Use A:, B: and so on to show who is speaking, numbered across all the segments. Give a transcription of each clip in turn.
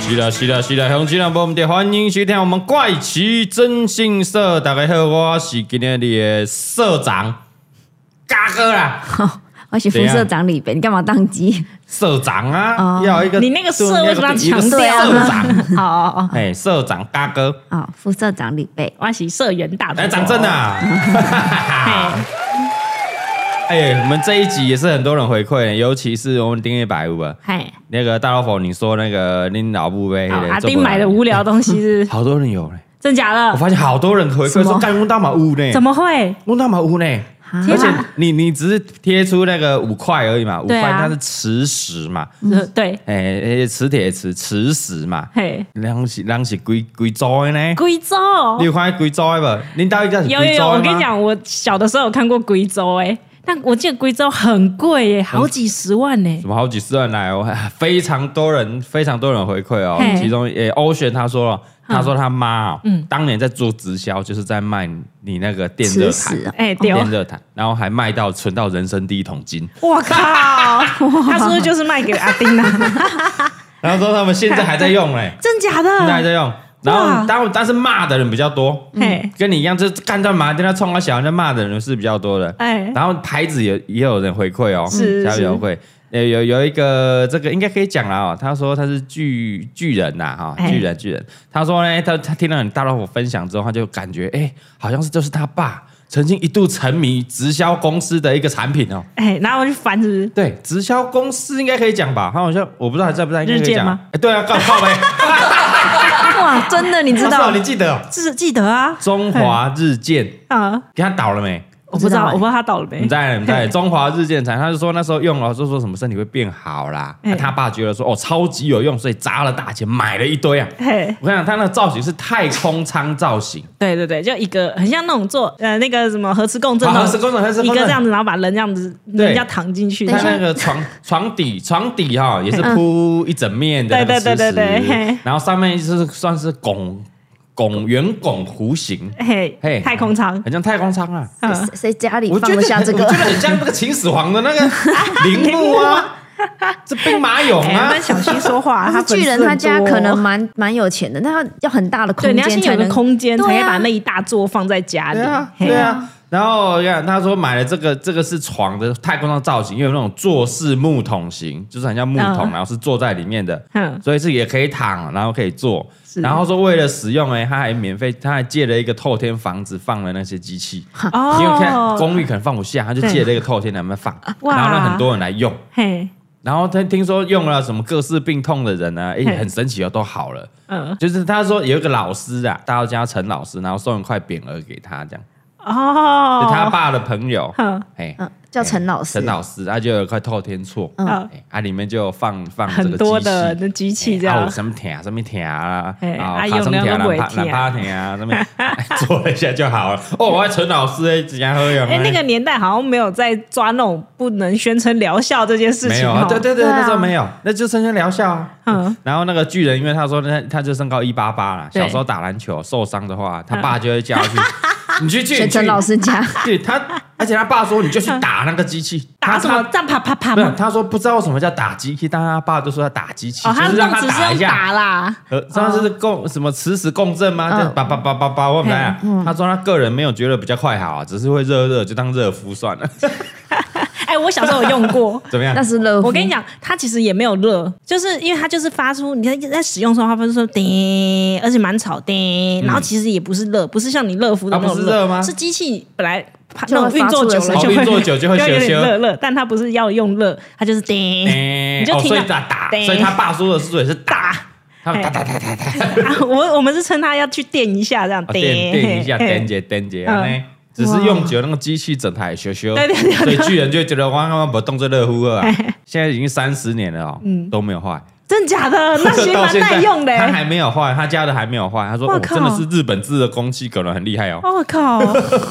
A: 是啦是啦是啦，乡亲人朋友们，欢迎收听我们怪奇征信社。大家好，我是今天的社长，嘎哥啦，
B: 我是副社长李北，你干嘛宕机？
A: 社长啊，
B: 哦
A: 要有一个
C: 你那个社为什么要强
A: 社
C: 调啊呢
A: 长？
B: 哦哦哦
A: 哎，社长嘎哥，
B: 哦，副社长李北，
C: 我是社员大头。
A: 哎，掌声！啊！
C: 哦嘿，
A: 哎，我们这一集也是很多人回馈，尤其是我们订阅百五啊。
C: 嘿，
A: 那个大老虎，你说那个您老布呗，
C: 好
A: 那个
C: 阿
A: 做
C: 丁
A: 不来
C: 买的无聊东西是
A: 好多人有嘞，
C: 真假
A: 我
C: 的？
A: 发现好多人回
B: 什
A: 馈
B: 么
A: 说干弄大马屋呢，
C: 怎么会？
A: 弄大马屋呢？
B: 啊
C: 而且
A: 你你只是贴出那个五块而已嘛，五
C: 对
A: 块
C: 啊
A: 它是磁石嘛，
C: 呃对，
A: 哎、哎磁铁磁磁石嘛，
C: 嘿，
A: 人是人是贵贵州的呢，
C: 贵州。
A: 你有看贵州的吧？你到底叫是
C: 哦有有
A: 贵州的吗
C: 有，我跟你，讲，我小的时候有看过贵州，哎，但我记得贵州很贵耶，好几十万呢
A: 怎。么好几十人来哦， 非常多人非常多人回馈哦
C: 嘿，
A: 其中也欧璇他说了，他说他妈哦，
C: 嗯
A: 当年在做直销，就是在卖你那个电热毯
B: 磁石。啊
C: 哎，丢！
A: 电热毯，然后还卖到存到人生第一桶金，
C: 我靠，他是不是就是卖给阿丁的？
A: 然后说他们现在还在用嘞、
C: 真假
A: 现在还在
C: 的？
A: 用。然后
C: 嗯哇
A: 但但是骂的人比较多，
C: 嘿，
A: 跟你一样，就是干干嘛跟他冲他小人家骂的人是比较多的。
C: 哎，
A: 然后牌子也也有人回馈哦，
C: 是
A: 下面有回馈。呃，有有一个这个应该可以讲了哦，他说他是巨巨人呐、哈、
C: 哎
A: 巨人巨人。他说呢，他他听到你大老虎分享之后，他就感觉哎，好像是就是他爸曾经一度沉迷直销公司的一个产品哦。
C: 哎，然后我就烦，是不是？
A: 对，直销公司应该可以讲吧？他好像我不知道还在不在，应该可以
C: 日
A: 讲
C: 建吗？
A: 哎，对啊，告告 呗，
B: 哎哇，真的你 知
A: 老
B: 道
A: 师你记得哦、
C: 记记得啊
A: 中华日建。
C: 啊！
A: 给他倒了没？
C: 我不知
B: 不知道
C: 道，
B: 欸
C: 我不知道他倒了没
A: 你？在你 在中华日建厂，他就说那时候用了，就说什么身体会变好啦。
C: 哎
A: 啊他爸觉得说哦超级有用，所以砸了大钱买了一堆啊。
C: 嘿，
A: 我跟你讲，他那个造型是太空舱造型，
C: 对对对，就一个很像那种做呃那个什么核磁共振
A: 啊
C: 那
A: 核磁
C: 种，
A: 共振，核磁
C: 一
A: 共
C: 个这样
A: 振。
C: 子，然后把人这样子，
A: 对
C: 人家躺进去，
B: 等
A: 他
B: 一下
A: 那个床 床底床底哈也是铺一整面的那个
C: 嗯对对对
A: 石
C: 对对
A: 石
C: 嘿，
A: 然后上面就是算是拱拱圆拱弧形，
C: 嘿
A: 嘿，
C: 哎太空舱，
A: 很像太空舱啊。
C: 嗯，
B: 谁谁家里
A: 我
B: 放
A: 觉得
B: 得下这
A: 很
B: 个
A: 我？觉得很像那个秦始皇的那 个陵墓啊，这兵马俑
C: 哎，
A: 啊
C: 那。小心说话，
B: 他
C: 他
B: 是巨人，
C: 粉丝
B: 他
C: 很多
B: 家可能蛮蛮有钱的，但他要很大的空
C: 对，你要
B: 间
C: 先
B: 才
C: 有个
B: 能。
C: 空间，才可
B: 对
C: 以
B: 啊
C: 把那一大桌放在家里
A: 对啊，，
C: 嘿
A: 对啊。然后看他说买了这个，这个是床的太空舱造型，又有那种坐式木桶型，就是很像木桶，
C: 嗯
A: 然后是坐在里面的，
C: 嗯
A: 所以是也可以躺，然后可以坐。
C: 是
A: 然后说为了使用，哎，他还免费，他还借了一个透天房子放了那些机器，因为看
C: 哦，
A: 公寓可能放不下，他就
C: 对
A: 借了一个透天来那边放，
C: 哇
A: 然后让很多人来用。
C: 嘿，
A: 然后他听说用了什么各式病痛的人呢、啊，哎、
C: 嘿
A: 很神奇哦，都好了。
C: 嗯，
A: 就是他说有一个老师啊，大家叫他陈老师，然后送一块匾额给他，这样，
C: 哦，
A: 就他爸的朋友，
C: 哼，
A: 哎、
B: 嗯，叫陈老师。
A: 陈老师，他就有一块透天厝，哎、
C: 嗯，
A: 啊，里面就有放放这个
C: 很多
A: 机
C: 的
A: 器
C: 那机器这
A: 哎啊
C: 样
A: 有，什么铁什么铁啊，
C: 哎啊
A: 卡什么铁
C: 用了
A: 蓝帕
C: 都不会
A: 蓝
C: 听
A: 帕铁啊，什么 哎做了一下就好了。哦，我爱陈老师哎，几家喝用
C: 哎，那个年代好像没有在抓那种不能宣称疗效这件事
A: 没
C: 情
A: 有
C: 哦
A: 啊，，对对对，
B: 对啊
A: 那时候没有，那就剩下疗效啊。
C: 嗯
A: 然后那个巨人，因为他说他他就身高一八八啦，
C: 对啊
A: 小时候打篮球受伤的话，他爸就会叫他 去，你去去，
B: 学
A: 你去
B: 陈老，师 家，
A: 对他，而且他爸说你就去打那个机器，
C: 啊打
A: 他
C: 什么
A: 他
C: 战啪啪啪
A: 不是
C: 吗，？
A: 他说不知道什么叫打机器，但他爸就说他打机器，
C: 哦，
A: 就
C: 他
A: 是
C: 的
A: 让
C: 动
A: 他
C: 词是
A: 打一
C: 用
A: 下。
C: 打哦啦，
A: 呃，上次是共什么磁石共振吗？
B: 嗯
A: 这叭叭叭叭叭，我们来啊。
C: 嗯
A: 他说他个人没有觉得比较快好啊，只是会热热，就当热敷算了。。
C: 哎、我小时候有用过
A: 怎么样
B: 那？是乐。
C: 我跟你，讲，它其实也没有热，就是因为它就是发出你在在使用的时候，它发出说叮，而且蛮吵叮，然后其实也不是热，不是像你热敷的那
A: 啊
C: 种
A: 不是热吗
C: 是机器本来
B: 就
C: 那
B: 会
C: 种运
B: 发出
C: 作
B: 的
C: 久
B: 声
C: 了
B: 音
A: 哦
C: 就会
A: 运作久就会
C: 有
A: 咻
C: 点
A: 咻
C: 热热，但它不是要用热，它就是 叮。
A: 哎
C: 你就
A: 哦，
C: 听
A: 所以
C: 到
A: 打打，
C: 对
A: 所以他爸说的是对是打，他
C: 哎
A: 打打打打打，
C: 啊我我们是称它要去电一下这样，
A: 哦电电一 下，
C: 嘿
A: 电解电解
C: 嗯
A: 啊呢。只是用久了那个机器整台修修，
C: 对对对
A: 所以巨人就觉得哇，他们不动这热乎 啊！现在已经三十年了哦，都没有坏，
C: 真假的，嗯那其实
A: 到
C: 蛮
A: 现在
C: 耐用的、
A: 他
C: 欸。
A: 还没有坏，他家的还没有坏。他说
C: 哇
A: 哦，
C: 靠
A: 真的是日本制的空气可能很厉害哦，
C: 我、靠，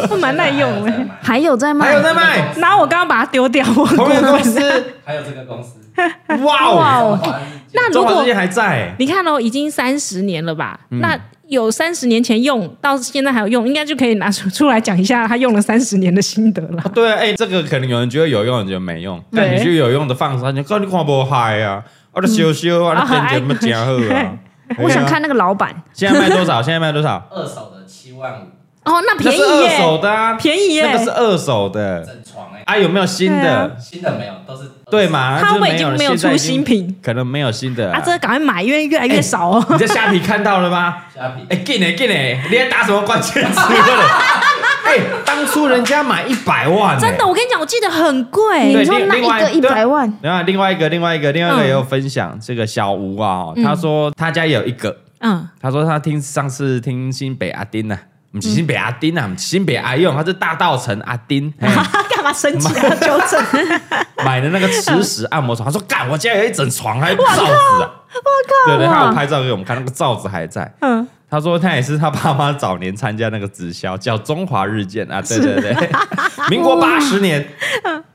C: 那蛮耐 用的、
B: 还有在卖，
A: 还有在 卖
C: 然后我刚刚把它丢掉，我
A: 同源
C: 过
A: 公
C: 来
A: 司，
D: 还有这个公司，
A: 哇
B: 哇
A: 哦，
B: 哦，
C: 那如
A: 中华
C: 果
A: 之间还在，嗯
C: 你看哦，已经三十年了吧？那有三十年前用到现在还有用，应该就可以拿出出来讲一下他用了三十年的心得了。
A: 对啊，哎、这个可能有人觉得有用，有人觉得没用。但
C: 对
A: 你去有用的放上去，告你看不嗨啊，啊，你修修
C: 嗯
A: 啊，你点点么加好
C: 哎
A: 啊。
B: 我想
A: 对啊
B: 看那个老板
A: 现在卖多 少？现在卖多少？
D: 二手的七万五
C: 哦，那
A: 那
C: 便
A: 是
C: 宜
A: 二手
C: 耶，
A: 的啊，
C: 便宜耶
A: 那个是二手的
D: 整床哎、
A: 啊，有没有新
C: 对
A: 的
C: 啊？
D: 新的没有，都是
A: 对？嘛？
C: 他
A: 就是
C: 们已经没有
A: 现在
C: 出
A: 已经
C: 新品
A: 可能没有新的
C: 啊，这个赶快买，因为越来越少哦。
A: 你在虾皮看到了 吗？
D: 虾皮
A: 哎，进嘞进嘞，你在打什么关键词？哎，当初人家买一百万呢，
C: 真的，我跟你讲，我记得很
B: 你
A: 对啊
C: 贵。
B: 说
A: 另
B: 那
A: 另外
B: 一个一 百万，
A: 然后另外一个，另外一个，另外一个
C: 嗯
A: 也有分享，这个小吴啊、哦，他说他家也有一个，
C: 嗯，
A: 他说他听上次听新北阿丁呐、啊，不是新北阿丁呐、啊，不是新北阿用，他是大道城阿丁。
C: 啊
A: 嘿
C: 干嘛生气要纠 正？
A: 买的那个磁石按摩床，他说：“干，我家有一整床， 还有罩子啊！”我靠对对，他有拍照给我们看，那个罩子还在。
C: 嗯，
A: 他说他也是他爸妈早年参加那个直销，叫中华日建啊，对对 对，民国八十年，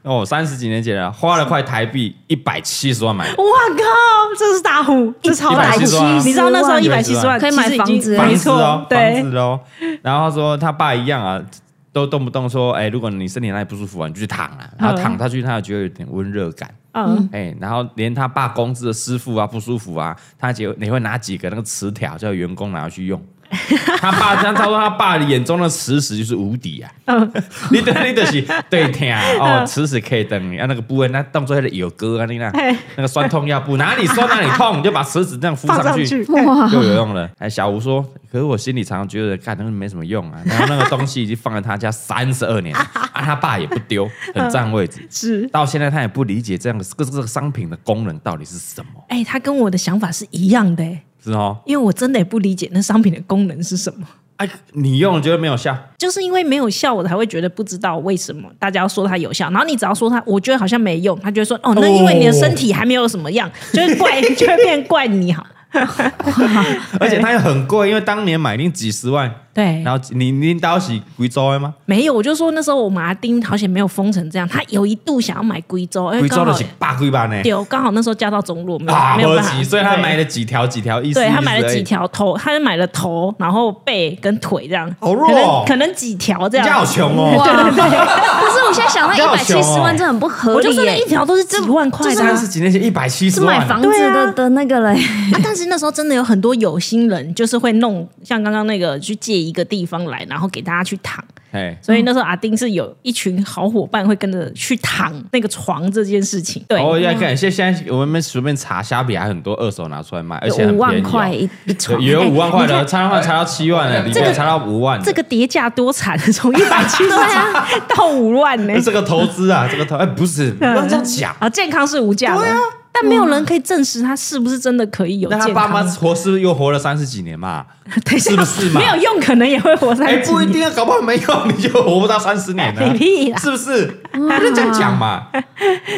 A: 哦，三十几年前了，花了快台币一百七十万买的。
C: 我靠，这是大户，这是超大户
A: 170万啊
C: 你知道那时候一百七
A: 170万
C: 十万
B: 啊可以买
C: 其实已
B: 房
C: 经
B: 子
A: 房
C: 没
A: 子哦
C: 错，，
A: 房
C: 对，
A: 子哦。然后他说他爸一样啊，都动不动说，哎，如果你身体哪里不舒服啊，你就去躺啊。然后躺下去，他就觉得有点温热感。
C: 嗯，
A: 哎、然后连他爸公司的师傅啊不舒服啊，他就你会拿几个那个磁条叫员工拿 去用。他爸，他他说他爸眼中的磁石就是无敌 啊！你等你等是对听啊
C: 嗯
A: 哦，磁石可以等你啊，那个部位那当做那个有歌啊，你那
C: 嘿
A: 那个酸痛药布，哪里酸哪里痛，你就把磁石这样敷
C: 放上
A: 去，
C: 去，
B: 哇，
A: 就有用了。哎，小吴说，可是我心里常常觉得，干那个没什么 用啊。然后那个东西已经放在他家三十二年了，啊，他爸也不 丢，很占位置。
C: 嗯是。
A: 到现在他也不理解这样的这个这个商品的功能到底是什么，
C: 哎、他跟我的想法是一样的、哎
A: 是哦。
C: 因为我真的也不理解那商品的功能是什么。
A: 哎，你用了觉得没有效，
C: 就是因为没有效，我才会觉得不知道为什么大家要说它有效。然后你只要说它，我觉得好像没用，他就会说哦，那因为你的身体还没有什么样， 就是怪，就会变怪你好。
A: 而
C: 哎
A: 且它又很贵，因为当年买一定几十万，
C: 对
A: 然，后你你到是贵州的吗？
C: 没有，我就说那时候我马丁好险没有封成这样，他有一度想要买贵州，因为
A: 贵州
C: 刚
A: 的
C: 好
A: 是八贵吧呢，
C: 丢，刚好那时候嫁到中路，没有、
A: 啊，
C: 没有
A: 合
C: 办法，
A: 集，所以他
C: 对
A: 买了几条几条，意思
C: 对他买了几，
A: 意思
C: 条头，他就买了头，然后背跟腿这样，
A: 好弱
C: 可
A: 哦
C: 能可能几条这
A: 而已人家
C: 样
A: 好。穷哦，
B: 哇！可是我现在想到
A: 你好
B: 一百七
A: 穷
B: 十
A: 哦
B: 万，这很不合
C: 我就
B: 理
C: 说那
B: 耶
C: 一。条都是几万块的啊、
A: 三十几年前一百七
B: 是
A: 十
B: 买
A: 万，
B: 房子
C: 对
B: 的
C: 啊
B: 的那个嘞，
C: 啊，但是那时候真的有很多有心人，就是会弄像刚刚那个去借一个地方来，然后给大家去躺。
A: 哎，
C: 所以那时候阿丁是有一群好伙伴会跟着去躺那个床这件事情。对，
A: 哦，要感谢现在我们随便查虾比还很多二手拿出来卖，而且很
B: 五万
A: 便宜哦
B: 块一一
A: 对
B: 床，
A: 也有
B: 哎
A: 五万块
B: 你看
A: 的，差换差到七万了，里
D: 这
A: 面
D: 个？
A: 差到五万的，
C: 这个叠价多惨， 从一百七十到五万呢、
A: 那这个投资啊，这个投哎不是不要这样讲。
C: 啊，健康是无价的，但没有人可以证实他是不是真的可以有
A: 那
C: 健
A: 他
C: 康。
A: 爸妈活是不是又活了三十几年嘛？
C: 等一下
A: 是不是嘛
C: 没有用，可能也会活
A: 哎、
C: 在
A: 不一定啊，搞不好没有你就活不到三十年呢、啊
C: 你屁啦
A: 是不是？就这样讲嘛。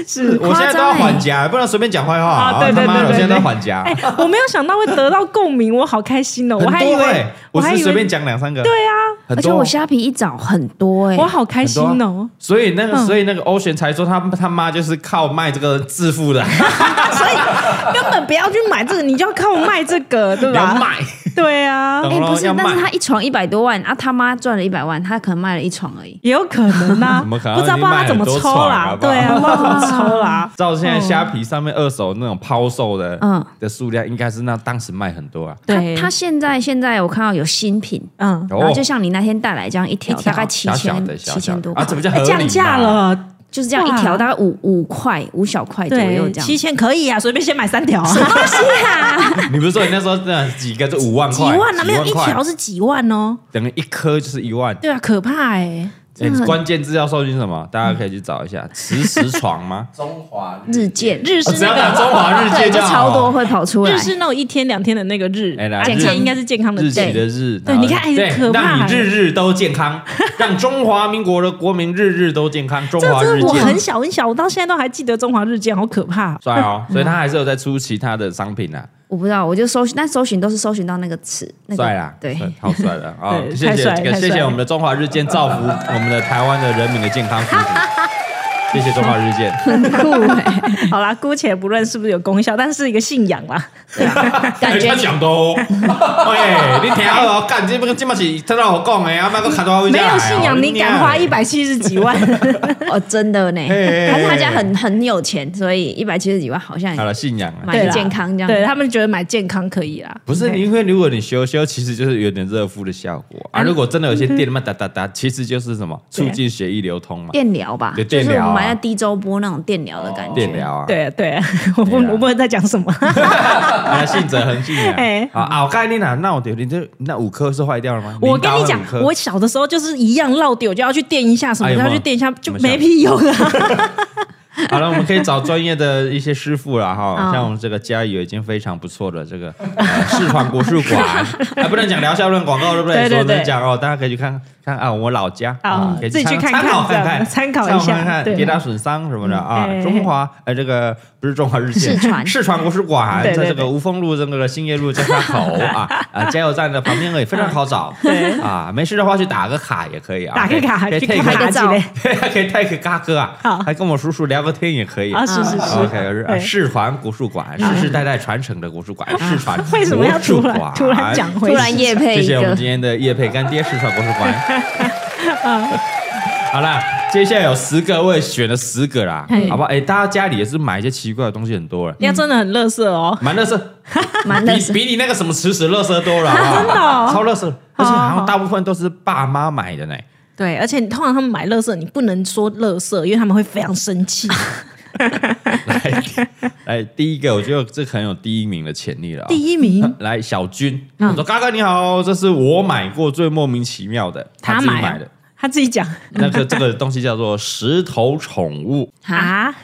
A: 是我现在都要缓夹，不能随便讲坏话哦
C: 啊对
A: 他
C: 对
A: 妈的，
C: 对对
A: 我现在都要
C: 对
A: 缓夹。
C: 哎，我没有想到会得到共鸣，我好开心哦！
A: 很
C: 我
A: 多
C: 还以为
A: 哎我
C: 还
A: 是
C: 以
A: 随
C: 为
A: 便讲两三个。
C: 对啊，
A: 很
B: 而且
A: 多
B: 我虾皮一找很多哎
C: 我，好开
A: 很
C: 心
A: 多啊
C: 哦！
A: 所以那个，
C: 嗯
A: 所以那个欧璇才说他他妈就是靠卖这个致富 的，
C: 所以根本不要去买这个，你就要靠卖这 个，对
A: 要
C: 吧？
A: 卖，
C: 对啊，
A: 懂
B: 哎
A: 了
B: 不是，
A: 要
B: 但
A: 卖
B: 是。他一床一百多万啊，他妈赚了一百万，他可能卖了一床而已。
C: 也有可能啊，
A: 怎么可能
C: 不知道不知道他怎么抽啦，
A: 你
C: 对
A: 卖
C: 啊，不知道怎么 抽啦。
A: 照现在虾皮上面二手那种抛售的，
B: 嗯
A: 的数量应该是那当时卖很多啊。
C: 对，
B: 他现在现在我看到有新品，
C: 嗯，
B: 然后就像你那天带来这样一条，
C: 一条
B: 大概七
A: 小哦小的小
B: 千七
A: 小
B: 千
A: 的
B: 多
A: 啊，
B: 块，
A: 怎么叫合
C: 哎
A: 理嘛
C: 降价？了，
A: 哎
B: 就是这样一条
C: 哇
B: 大概五五块五小块左右
C: 对，
B: 这样。
C: 七千可以啊，随便先买三条啊，
B: 东西 啊，
A: 你不是说你那时候那几个就五万
C: 几
A: 块，
C: 万啊，没有一
A: 几万块
C: 条是几万哦，
A: 等于一颗就是一万。
C: 对啊，可怕哎，
A: 哎
B: 真的，很
A: 关键字要搜寻什么？大家可以去找一 下磁石床吗啊
D: 中华
B: 日建
C: 日式
A: 哦只要
C: 那
A: 打
C: 个
A: 中华日啊界
B: 对，就
A: 好
B: 超多会跑出来
C: 日。式那种一天两天的那个日
A: 哎来，
C: 健
A: 日
C: 康应该是健康的
A: 日期的
C: 对
A: 日，
C: 对
A: 然后
C: 你看哎
A: 对
C: 可怕
A: 让你日日都健康， 让中华民国的国民日日都健康。中
C: 这
A: 华
C: 个真
A: 日
C: 的我
A: 界
C: 很小很小，我到现在都还记得中华日健，好可怕。啊
A: 帅哦，所以他还是有在出其他的商品啊，
B: 我不知道，我就搜寻，但搜寻都是搜寻到那个词，那个
A: 帅啦，
B: 对，
A: 帅好帅的啊！
C: 对
A: 谢
C: 太
A: 谢
C: 帅
A: 这个
C: 太
A: 谢
C: 帅
A: 谢
C: 了
A: 我们的中华日健造福我们的台湾的人民的健康福祉。谢谢中华日见。
B: 很酷哎，
C: 好啦，姑且不论是不是有功效，但是一个信仰啦。
A: 啊
B: 感觉
A: 他讲的哦，喂，你听好哦，干这不这么是真的我讲的，阿妈个卡多
C: 没有信
A: 哎
C: 仰，哎你啊敢花一？百七十几 万？
B: 哦，真的呢。
A: 嘿嘿嘿
B: 但是他家很很有钱，所以一百七十几万好像
A: 好了，信仰啊，
B: 买
C: 对啦
B: 健康这样。
C: 对他们觉得买健康可以啦。
A: 不是因为如果你修修，其实就是有点热敷的效果啊。
C: 嗯
A: 如果真的有些电那么哒哒哒，其实就是什么促进血液流通嘛，
B: 电疗吧
A: 对，
B: 就
A: 电
B: 是
A: 疗啊
B: 我们买那低周波那种电疗的感觉。
A: 电疗啊。
C: 对对，我不
A: 对啊
C: 我不能再讲什么。
A: 啊，信者恒信
C: 哎
A: 啊！好啊，我概念啊，那我你这那五颗是坏掉了吗？
C: 我跟你
A: 零到
C: 讲
A: 五，颗
C: 我小的时候就是一样落丢就要去垫一下什么，
A: 哎有
C: 就
A: 没有
C: 要去垫一下，就
A: 有没有
C: 没屁用 啊。
A: 好了，我们可以找专业的一些师傅了哈，
B: 嗯
A: 像我们这个嘉义有已经非常不错的这个呃四川国术馆，还不能讲疗效论广告，对不对？
C: 对对
A: 所以我
C: 对
A: 只能讲哦，大家可以去看看啊，我老家
C: 好
A: 啊，可以
C: 自己去
A: 参
C: 看看
A: 参考看
C: 这样
A: 看，
C: 参考一下
A: 看看
C: 对
A: 跌打损伤什么的啊
C: 嗯哎。
A: 中华呃，这个不是中华日线，
B: 四川
A: 四川国术馆，
C: 对对
A: 在这
C: 对
A: 个吴峰路这个兴业路交叉口啊啊，加油站的旁边而已，非常好找
C: 对
A: 啊。没事的话去打个卡也可以啊，
C: 打个卡
A: 可以
C: 去
A: 可以 take
C: 拍
B: 个
C: 个
B: 照
C: 照嘞。
A: 对啊，可以带个嘎哥啊
C: 好，
A: 还跟我叔叔聊个天也可以
C: 啊，是是哎是
A: OK，是啊
C: 对
A: 世传国术馆，世世代代传承的国术馆，世传
C: 啊为什么要突然
A: 国术馆
C: 突然讲回
B: 突然夜配
A: 谢
B: 一
A: 谢我们
B: 个
A: 今天的叶配干爹世传国术 馆。啊好啦，接下来有十个，我也选了十个啦，
C: 嘿
A: 好不好？哎，大家家里也是买一些奇怪的东西很多了，
C: 要真的很乐色哦，
A: 蛮乐色，
B: 蛮乐
A: 比
B: 色。
A: 比你那个什么吃屎乐色多了，好不好
C: 真的哦
A: 超乐色，而且好像大部分都是爸妈买的呢。
C: 对，而且你通常他们买乐色，你不能说乐色，因为他们会非常生气。
A: 来，来，第一个，我觉得这很有第一名的潜力了啊、
C: 第一嗯名，
A: 来，小军，我说：“嘎哥你好，这是我买过最莫名其妙的，
C: 他
A: 自己
C: 买啊
A: 买的
C: 他自己讲
A: 那 个这个东西叫做石头宠物。
B: 啊，
C: 啊，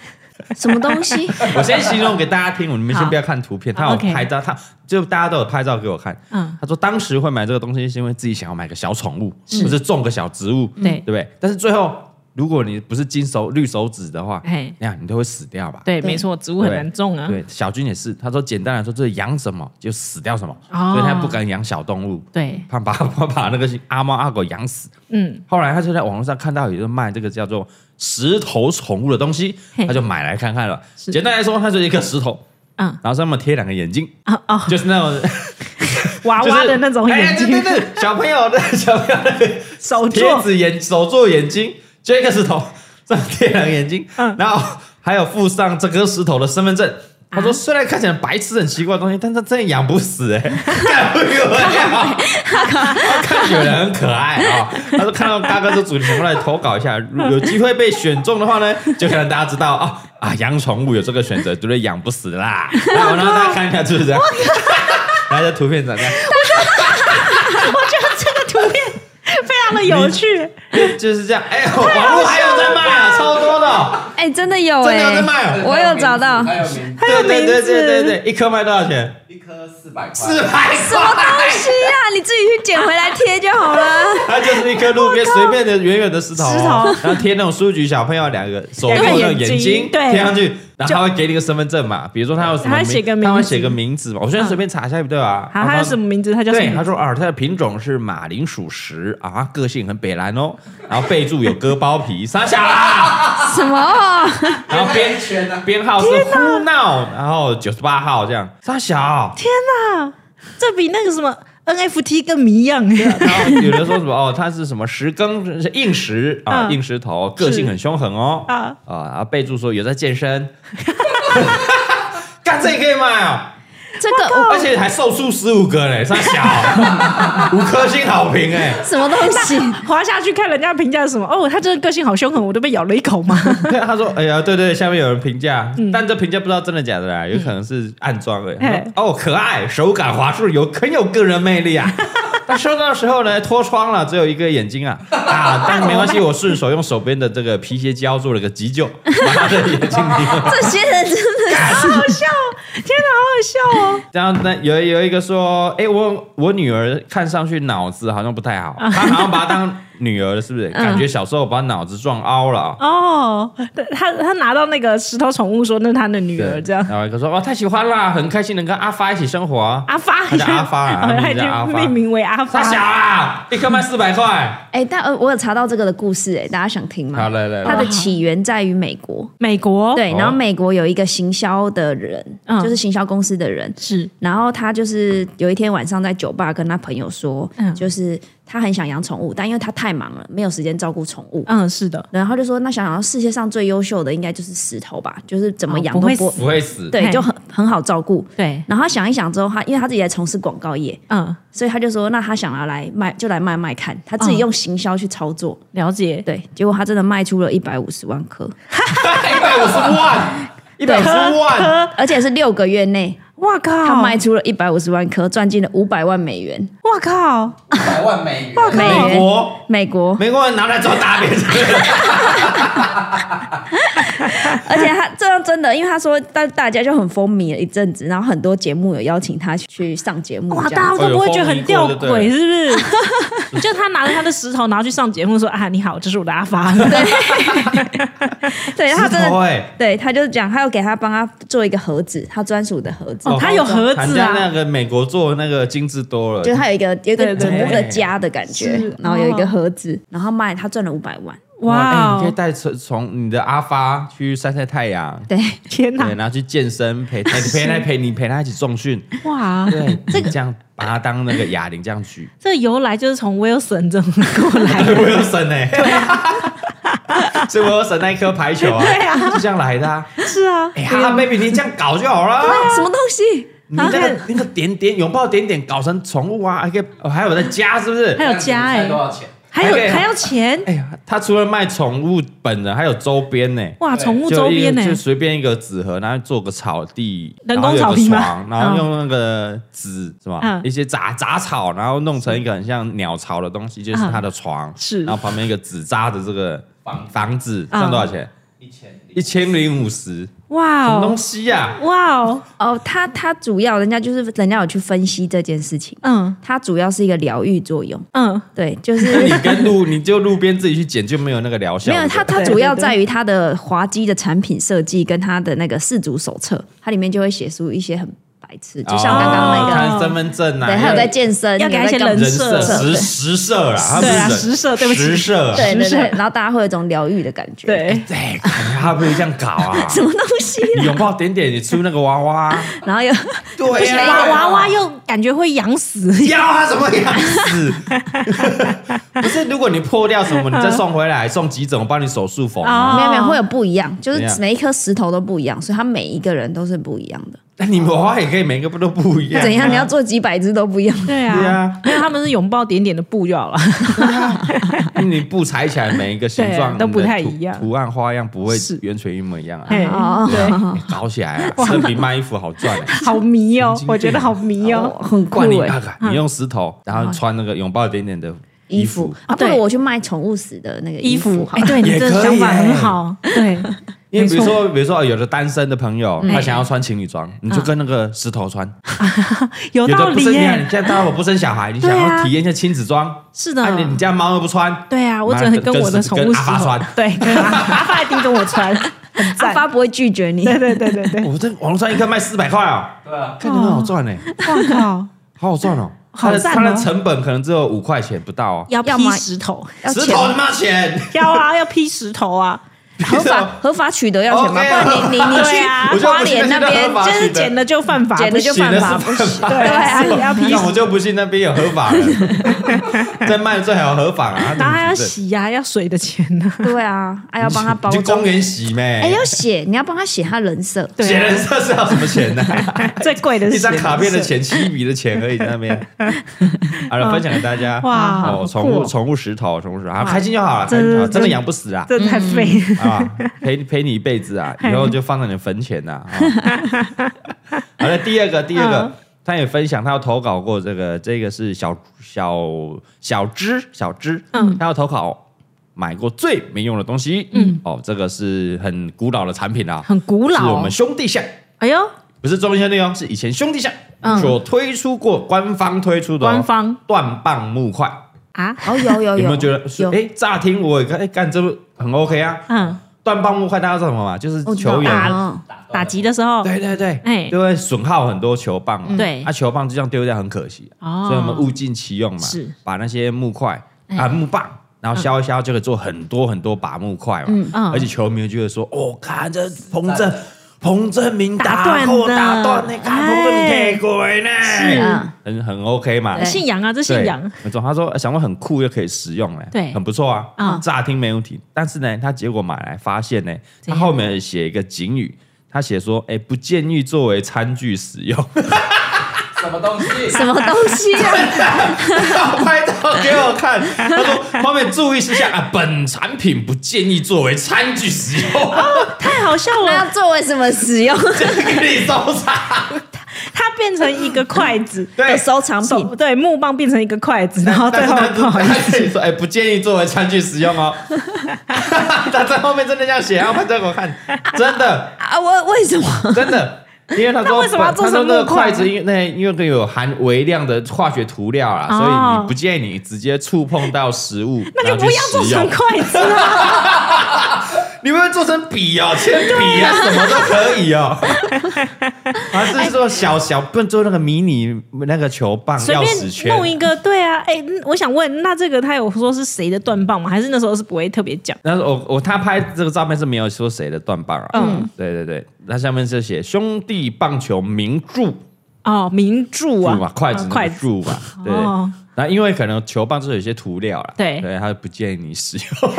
B: 什么东 西？
A: 我先形容给大家听，你们先
B: 好
A: 不要看图片，他
C: 好
A: 有
C: ，OK
A: 拍照，他就大家都有拍照给我看。
C: 嗯，
A: 他说当时会买这个东西是因为自己想要买个小宠物，或者种个小植物，
C: 对
A: 对不对？但是最后如果你不是金手绿手指的话，
C: 哎，
A: 那样你都会死掉吧？
C: 对，
B: 对
C: 没错，植物很难种啊。
A: 对，小军也是，他说简单来说，就是养什么就死掉什么，
C: 哦
A: 所以他不敢养小动物，
C: 对，
A: 怕把怕把那个阿猫阿狗养死。
C: 嗯，
A: 后来他就在网络上看到有人卖这个叫做石头宠物的东西，
C: 嘿
A: 他就买来看看了。简单来说，它就是一个石头，
C: 嗯
A: 然后上面贴两个眼睛，
C: 哦哦，
A: 就是那种
C: 娃娃的那种眼
A: 就
C: 睛
A: 是哎，对对对，小朋友的小朋友的
C: 手
A: 贴
C: 作，
A: 纸眼手做眼睛，就一个石头，这样贴两个眼睛，
C: 嗯
A: 然后还有附上这颗石头的身份证。他说：“虽然看起来白痴、很奇怪的东西，但他真的养不死哎、欸，干不我呀！他看起来很可爱啊、他说：“看到大哥这主题，赶快来投稿一下。如有机会被选中的话呢，就可以让大家知道哦啊，养宠物有这个选择，绝对养不死的啦。”然后让大家看一下是不是这样？来，这图片怎么样？
C: 非常的有趣。
A: 就是这样。哎、网络还有在卖啊，超多的哦、
B: 哎，真的有
A: 真的有在
B: 哎，
A: 卖哦
B: 我有找到
D: 还有名字，
A: 对对对对对对，一颗卖多少钱？
D: 一颗四百块，
A: 四百
B: 什么东
A: 块，
B: 西啊？你自己去捡回来贴就好 了。
A: 它就是一颗路边随便的远远的石头哦，
C: 石头
A: 然后贴那种书局小朋友两个 手
C: 两
A: 做那
C: 个
A: 种
C: 眼
A: 眼睛
C: 睛对
A: 贴上去，然后他会给你个身份证嘛，比如说他有什么
C: 他会写个名字嗯
A: 他会写个名字嘛，我现在随便查一下对吧？
C: 好，他有什么名字？他叫什
A: 对，
C: 么
A: 他
C: 名字？
A: 说啊，它的品种是马铃薯石啊，个性很北蓝哦，然后备注有割包皮，傻小啦，
B: 什么？
A: 然后编
D: 边圈啊呢？
A: 编号是呼闹，然后九十八号这样，傻小，
C: 天哪，这比那个什么 NFT 更迷样。
A: 然后有人说什么哦，它是什么石庚是硬石啊，
C: 嗯
A: 硬石头，个性很凶狠哦
C: 啊
A: 啊然后备注说有在健身， 干这也可以卖哦，
B: 这个
A: 而且还售出十五个嘞，三小五颗星好评哎，
B: 什么东 西？
C: 滑下去看人家评价什么？哦，他这个个性好凶狠，我都被咬了一口嘛。
A: 对，他说哎呀，对对，下面有人评价，但这评价不知道真的假的啦，有可能是暗装哎，他说
C: 嗯嘿
A: 哦可爱，手感滑顺，有很有个人魅力 啊。但收到的时候呢，脱窗了，只有一个眼 睛啊啊！但没关系， 我顺手用手边的这个皮鞋胶做了个急救，把他的眼睛
B: 这些人真
C: 的好好笑哦，天哪，好好笑哦！
A: 然后那有有一个说，哎、我我女儿看上去脑子好像不太 好，她好像把她当女儿了，是不是？
C: 嗯
A: 感觉小时候把脑子撞凹了。 啊
C: 哦，他他拿到那个石头宠物说那是他的女儿，这样
A: 然后一个说，哇，哦太喜欢啦，很开心能跟阿发一起生活。啊
C: 阿发，
A: 他叫阿发 啊
C: 哦
A: 他
C: 他已
A: 名字叫阿
C: 经
A: 发
C: 命名为阿
A: 他小
C: 发。
A: 啊，一颗卖四百块。
B: 哎、但呃我有查到这个的故事、哎，大家想听
A: 好，
B: 吗？
A: 来来
B: 它
A: 来，
B: 的起源在于美国，
C: 美国
B: 对，
A: 哦
B: 然后美国有一个行销的人，
C: 嗯
B: 就是行销公司的人，
C: 是
B: 然后他就是有一天晚上在酒吧跟他朋友说，
C: 嗯
B: 就是他很想养宠物，但因为他太忙了，没有时间照顾宠物。
C: 嗯是的，
B: 然后他就说，那想想世界上最优秀的应该就是石头吧，就是怎么
C: 哦
B: 养
C: 不
B: 都
C: 会
B: 不
C: 死
A: 不会死。
B: 对，
C: 嘿
B: 就很很好照顾。
C: 对，
B: 然后他想一想之后，他因为他自己在从事广告业，
C: 嗯
B: 所以他就说，那他想要来卖，就来卖卖看。他自己
C: 嗯
B: 用行销去操作，
C: 了解。
B: 对，结果他真的卖出了一百五十万颗，
A: 一百五十万，一百五十万，
C: 呵，
B: 而且是六个月内，
C: 哇靠！
B: 他卖出了一百五十万颗，赚进了五百万美元，
C: 哇靠！
D: 一百万美元，啊
C: 哇
B: 美
C: 靠
A: 美
B: 元，
A: 国。
B: 美国，
A: 美国人拿来找打别人，
B: 而且他这样真的，因为他说大大家就很风靡了一阵子，然后很多节目有邀请他去上节目，
C: 哇，
B: 这
C: 大
B: 样
C: 家
B: 子
C: 都不会觉得很吊
A: 哦有风靡
C: 诡，是 不是？就他拿着他的石头，然后去上节目说啊，你好，这是我的阿 发。哎
B: 对，他真
A: 石头
B: 的。
A: 欸
B: 对，他就讲，他要给他帮他做一个盒子，他专属的盒子，
C: 哦他有盒子啊
A: 人家那个美国做的那个精致多了，
B: 就是他有一个有一个
C: 对对
B: 整个
A: 对
B: 家的感觉
C: 是，
B: 然后有一个
C: 哦
B: 盒子，然后卖他赚了五百万，
A: 哇，欸你可以
C: 哦，
A: 带从从你的阿发去晒晒太阳，
B: 对，
C: 天哪
A: 对，！然后去健身，陪 陪陪他陪你陪他一起重训，
C: 哇，
A: 对，这个这样把他当那个哑铃这样举，
C: 这个由来就是从 Wilson 这么过来 的。
A: 我有神哎，所以我有神那一颗排球啊，
C: 对啊
A: 就这样来的啊，
C: 是啊，
A: 哎哈哈 baby，你这样搞就好了。
B: 什么东西？
A: 你那个
C: 啊
A: 那个点点拥抱点点搞成宠物啊，还可以哦还有在家是不是
C: 还？有加
D: 这样
C: 哎
D: 子才多，少钱？
C: 还有
A: 还可以
C: 还要钱
A: 哎呀，他除了卖宠物本人，还有周边呢、
C: 哇！
D: 对
C: 宠物
A: 就
C: 周边
A: 一
C: 呢
A: 个，就随便一个纸盒，然后做个草地，
C: 人
A: 然后
C: 工
A: 有
C: 草
A: 个
C: 坪吗
A: 床 然后用那个纸什么、
C: 嗯
A: 一些杂杂草，然后弄成一个很像鸟巢的东西，就是他的床，
C: 是
A: 然后旁边一个纸扎的这个
D: 房
A: 房子，这
C: 嗯
A: 样多少钱？
D: 一千零
A: 一千零五十，
C: 哇
A: 什么东
C: 哦
A: 西呀、
C: 哇哦，
B: 哦，他他主要人家就是人家有去分析这件事情，
C: 嗯
B: 它主要是一个疗愈作用，
C: 嗯，
B: 对，就
A: 那
B: 是
A: 你跟路，你就路边自己去捡，就没有那个疗效。
B: 没有它，它
C: 对
B: 主
C: 对
B: 要
C: 对
B: 在于它的滑稽的产品设计跟它的那个氏族手册，它里面就会写出一些很白痴，就像刚刚那
A: 哦
B: 个，
A: 看身份证啊，
B: 对，还有在健身，
C: 要给它一
B: 有
C: 些
B: 在干嘛
A: 人设
C: 人设
A: 实
B: 对
A: 实设啦，它不
C: 对
A: 是
C: 啊，
A: 人
C: 实色，对不
A: 实
C: 起，
A: 设。
B: 对对
C: 实
B: 对，
C: 设
B: 然后大家会有一种疗愈的感觉，，
C: 对，
A: 对，他不会这样搞啊！
B: 什么东西？
A: 你拥抱点点，你出那个娃 娃，
B: 然后 有
A: 对
D: 呀
C: 娃娃娃又感觉会养死，
A: 要啊，什么样 子？不是，如果你破掉什么，你再送回来，送急诊，我帮你手术缝。
C: 哦
B: 没有没有会有不一样，就
A: 怎
B: 是
A: 样
B: 每一颗石头都不一样，所以它每一个人都是不一样的。
A: 那你们娃娃也可以，每个不都不一样啊？
B: 怎样？你要做几百只都不一样。
C: 对
A: 对
C: 啊
A: 啊，
C: 没有他们是拥抱点点的布就好了，
A: 你布裁起来，每一个形
C: 对
A: 状
C: 都不
A: 你的
C: 太
A: 图
C: 一样
A: 图案花样不会
C: 是
A: 完全一模一样啊！
C: 嘿
B: 哦
A: 对啊，欸搞起来 啊，这比卖衣服好赚啊。
C: 好迷哦
A: 神经，病
C: 我觉得好迷哦，
B: 很酷
A: 灌你
B: 哎、
A: 那个，
C: 嗯
A: 你用石头，然后穿那个拥抱点点的
B: 衣
A: 衣
B: 服
A: 服，
B: 啊，不
C: 对
B: 如我去卖宠物死的那个
C: 衣服，
B: 好
C: 哎，
B: 了。
C: 对你
A: 也
C: 这个
A: 可以
C: 想法很
A: 耶
C: 好， 对，
A: 因为比如
C: 没错嗯
A: 说，比如说有的单身的朋友，他想要穿情侣装，你就跟那个石头穿。
C: 有
A: 有
C: 道
A: 的不
C: 理
A: 生，你看，你
C: 耶，
A: 现在大伙不生小孩，你想
C: 对啊嗯
A: 要体验一下亲子装，
C: 是
A: 那
C: 的，
A: 你你家猫又不穿，
C: 对啊，我
A: 妈
C: 只能跟
A: 跟
C: 我的
A: 跟
C: 宠
A: 跟
C: 物
A: 阿发
C: 说
A: 穿
C: 对， 跟阿发阿发一定跟我 穿，很
B: 阿
C: 赞。
B: 发不会拒绝你，
C: 对对对对 对，
A: 我这网络上一个卖四百块哦，
D: 对啊，
A: 看你们好赚呢，欸
C: 我靠，
A: 好好赚哦。
C: 嗯好
A: 它的
C: 赞哦
A: 它的成本可能只有五块钱不到哦，
C: 要哦
B: 要
C: 劈
B: 吗
C: 石头，
B: 要
A: 石
B: 钱
A: 头他妈钱，
C: 要啊，要劈石头 啊，
B: 合法合法取得要钱吗？
A: OK
B: 不然你你你
C: 对啊我
B: 去
A: 觉得
B: 花莲那边
A: 我
C: 就
A: 现在
C: 是捡了就犯法，
B: 捡的就
A: 行
B: 犯
A: 的
B: 法，
A: 是
B: 不行，
A: 犯
C: 对
B: 对啊，
C: 是 要劈
A: 那我就不信那边有合法 的，在卖的最好合法啊，
C: 然后还要
A: 他怎么举证
C: 洗呀、要水的钱呢、
B: 对啊，还要帮他包
A: 你去
B: 装
A: 公，园洗呗。
B: 哎，要写，你要帮他写他人设，
A: 写
C: 对、
A: 人
C: 啊，
A: 设是要什么钱 呢？
C: 最贵的是
A: 一张卡片的
C: 钱，
A: 钱，七笔的钱而已，在那 边。好了，分享给大家。
C: 嗯哇好酷
A: 哦，
C: 哦
A: 宠物宠物石头，宠物石头，好开心就好了，开
C: 真
A: 心就好，
C: 的哎
A: 真的养不死啊
C: 这太废了。
A: 啊！陪陪你一辈子啊，以后就放在你的坟前呐。 啊好了，第二个，第二
C: 嗯
A: 个。他也分享，他有投稿过这个，这个是小小小芝小芝，嗯，他有投稿买过最没用的东西，嗯，哦，这个是很古老的产品啊，
C: 很古老哦
A: 是我们兄弟象
C: 哎呦，
A: 不是中间那哦，是以前兄弟象
C: 嗯
A: 所推出过官方推出的哦
C: 官方
A: 断棒木块，
C: 啊，
B: 哦，有有
A: 有没有觉得是？
B: 有
A: 哎，乍听我也看，哎，干这不很 OK 啊？
C: 嗯，
A: 断棒木块大家知道什么吗？就是
B: 我知道
A: 球员
B: 啊
D: 打断
C: 打击的时候，
A: 对对对，
C: 哎嗯
A: 就会损耗很多球棒嘛。
C: 对
A: 啊，球棒就这样丢掉很可惜，
C: 哦
A: 所以我们物尽其用嘛，
C: 是哎
A: 把那些木块啊木棒，然后削一削就可以做很多很多把木块嘛。
C: 嗯
A: 而且球迷就会说：“哦，看这彭正。”彭正明
C: 打
A: 打
C: 断
A: 后
C: 的
A: 打断那个
C: 哎
A: 彭正明太鬼呢，嗯
B: 啊
A: 很很 OK 嘛，
B: 对
C: 信仰啊，这信
A: 对，
C: 仰，
A: 没错，他说呃想问很酷又可以实用哎，
C: 对
A: 很不错啊，
C: 嗯
A: 乍听没问题。但是呢，他结果买来发现呢，
C: 怎
A: 他
C: 样
A: 后面写一个警语，他写说，哎、不建议作为餐具使 用。
D: 什么东西？
B: 什么东西啊？
A: 拍照给我看，他说后面注意事项啊，本产品不建议作为餐具使用，
C: 哦太好笑
B: 那
C: 了
B: 要，作为什么使用？
A: 这个给你收藏。
C: 它变成一个筷 子，
A: 对
B: 的。收藏品
C: 手对木棒变成一个筷子，然后最
A: 但
C: 后
A: 是 他
C: 不好意
A: 他
C: 思
A: 自己说，哎、不建议作为餐具使用哦。 他在后面真的这样写，然啊后拍照给我看，真的。
B: 啊？我为什么？
A: 真的，因为他说
C: 那为什么要做成
A: 他说那个
C: 木块
A: 筷子，因为那因为有含微量的化学涂料啊，
C: 哦
A: 所以你不建议你直接触碰到食物，
C: 那就
A: 然后
C: 不
A: 去
C: 要做
A: 食用
C: 成。筷子啊了。
A: 你们做成笔哦，铅笔啊，什么都可以 哦。还是做小小，不能做那个迷你那个球棒
C: 随
A: 钥匙
C: 便
A: 圈。
C: 弄一个，对啊，哎、嗯我想问，那这个他有说是谁的断棒吗？还是那时候是不会特别讲？
A: 但是我我他拍这个照片是没有说谁的断棒啊，嗯
C: 嗯，
A: 对对对，他下面是写兄弟棒球名著
C: 哦，名著啊
A: 柱，嘛，筷子
C: 啊
A: 那
C: 筷
A: 个
C: 子，
A: 柱嘛，对
C: 哦。
A: 那因为可能球棒就是有一些涂料啦，
C: 对
A: 对，他不建议你使用，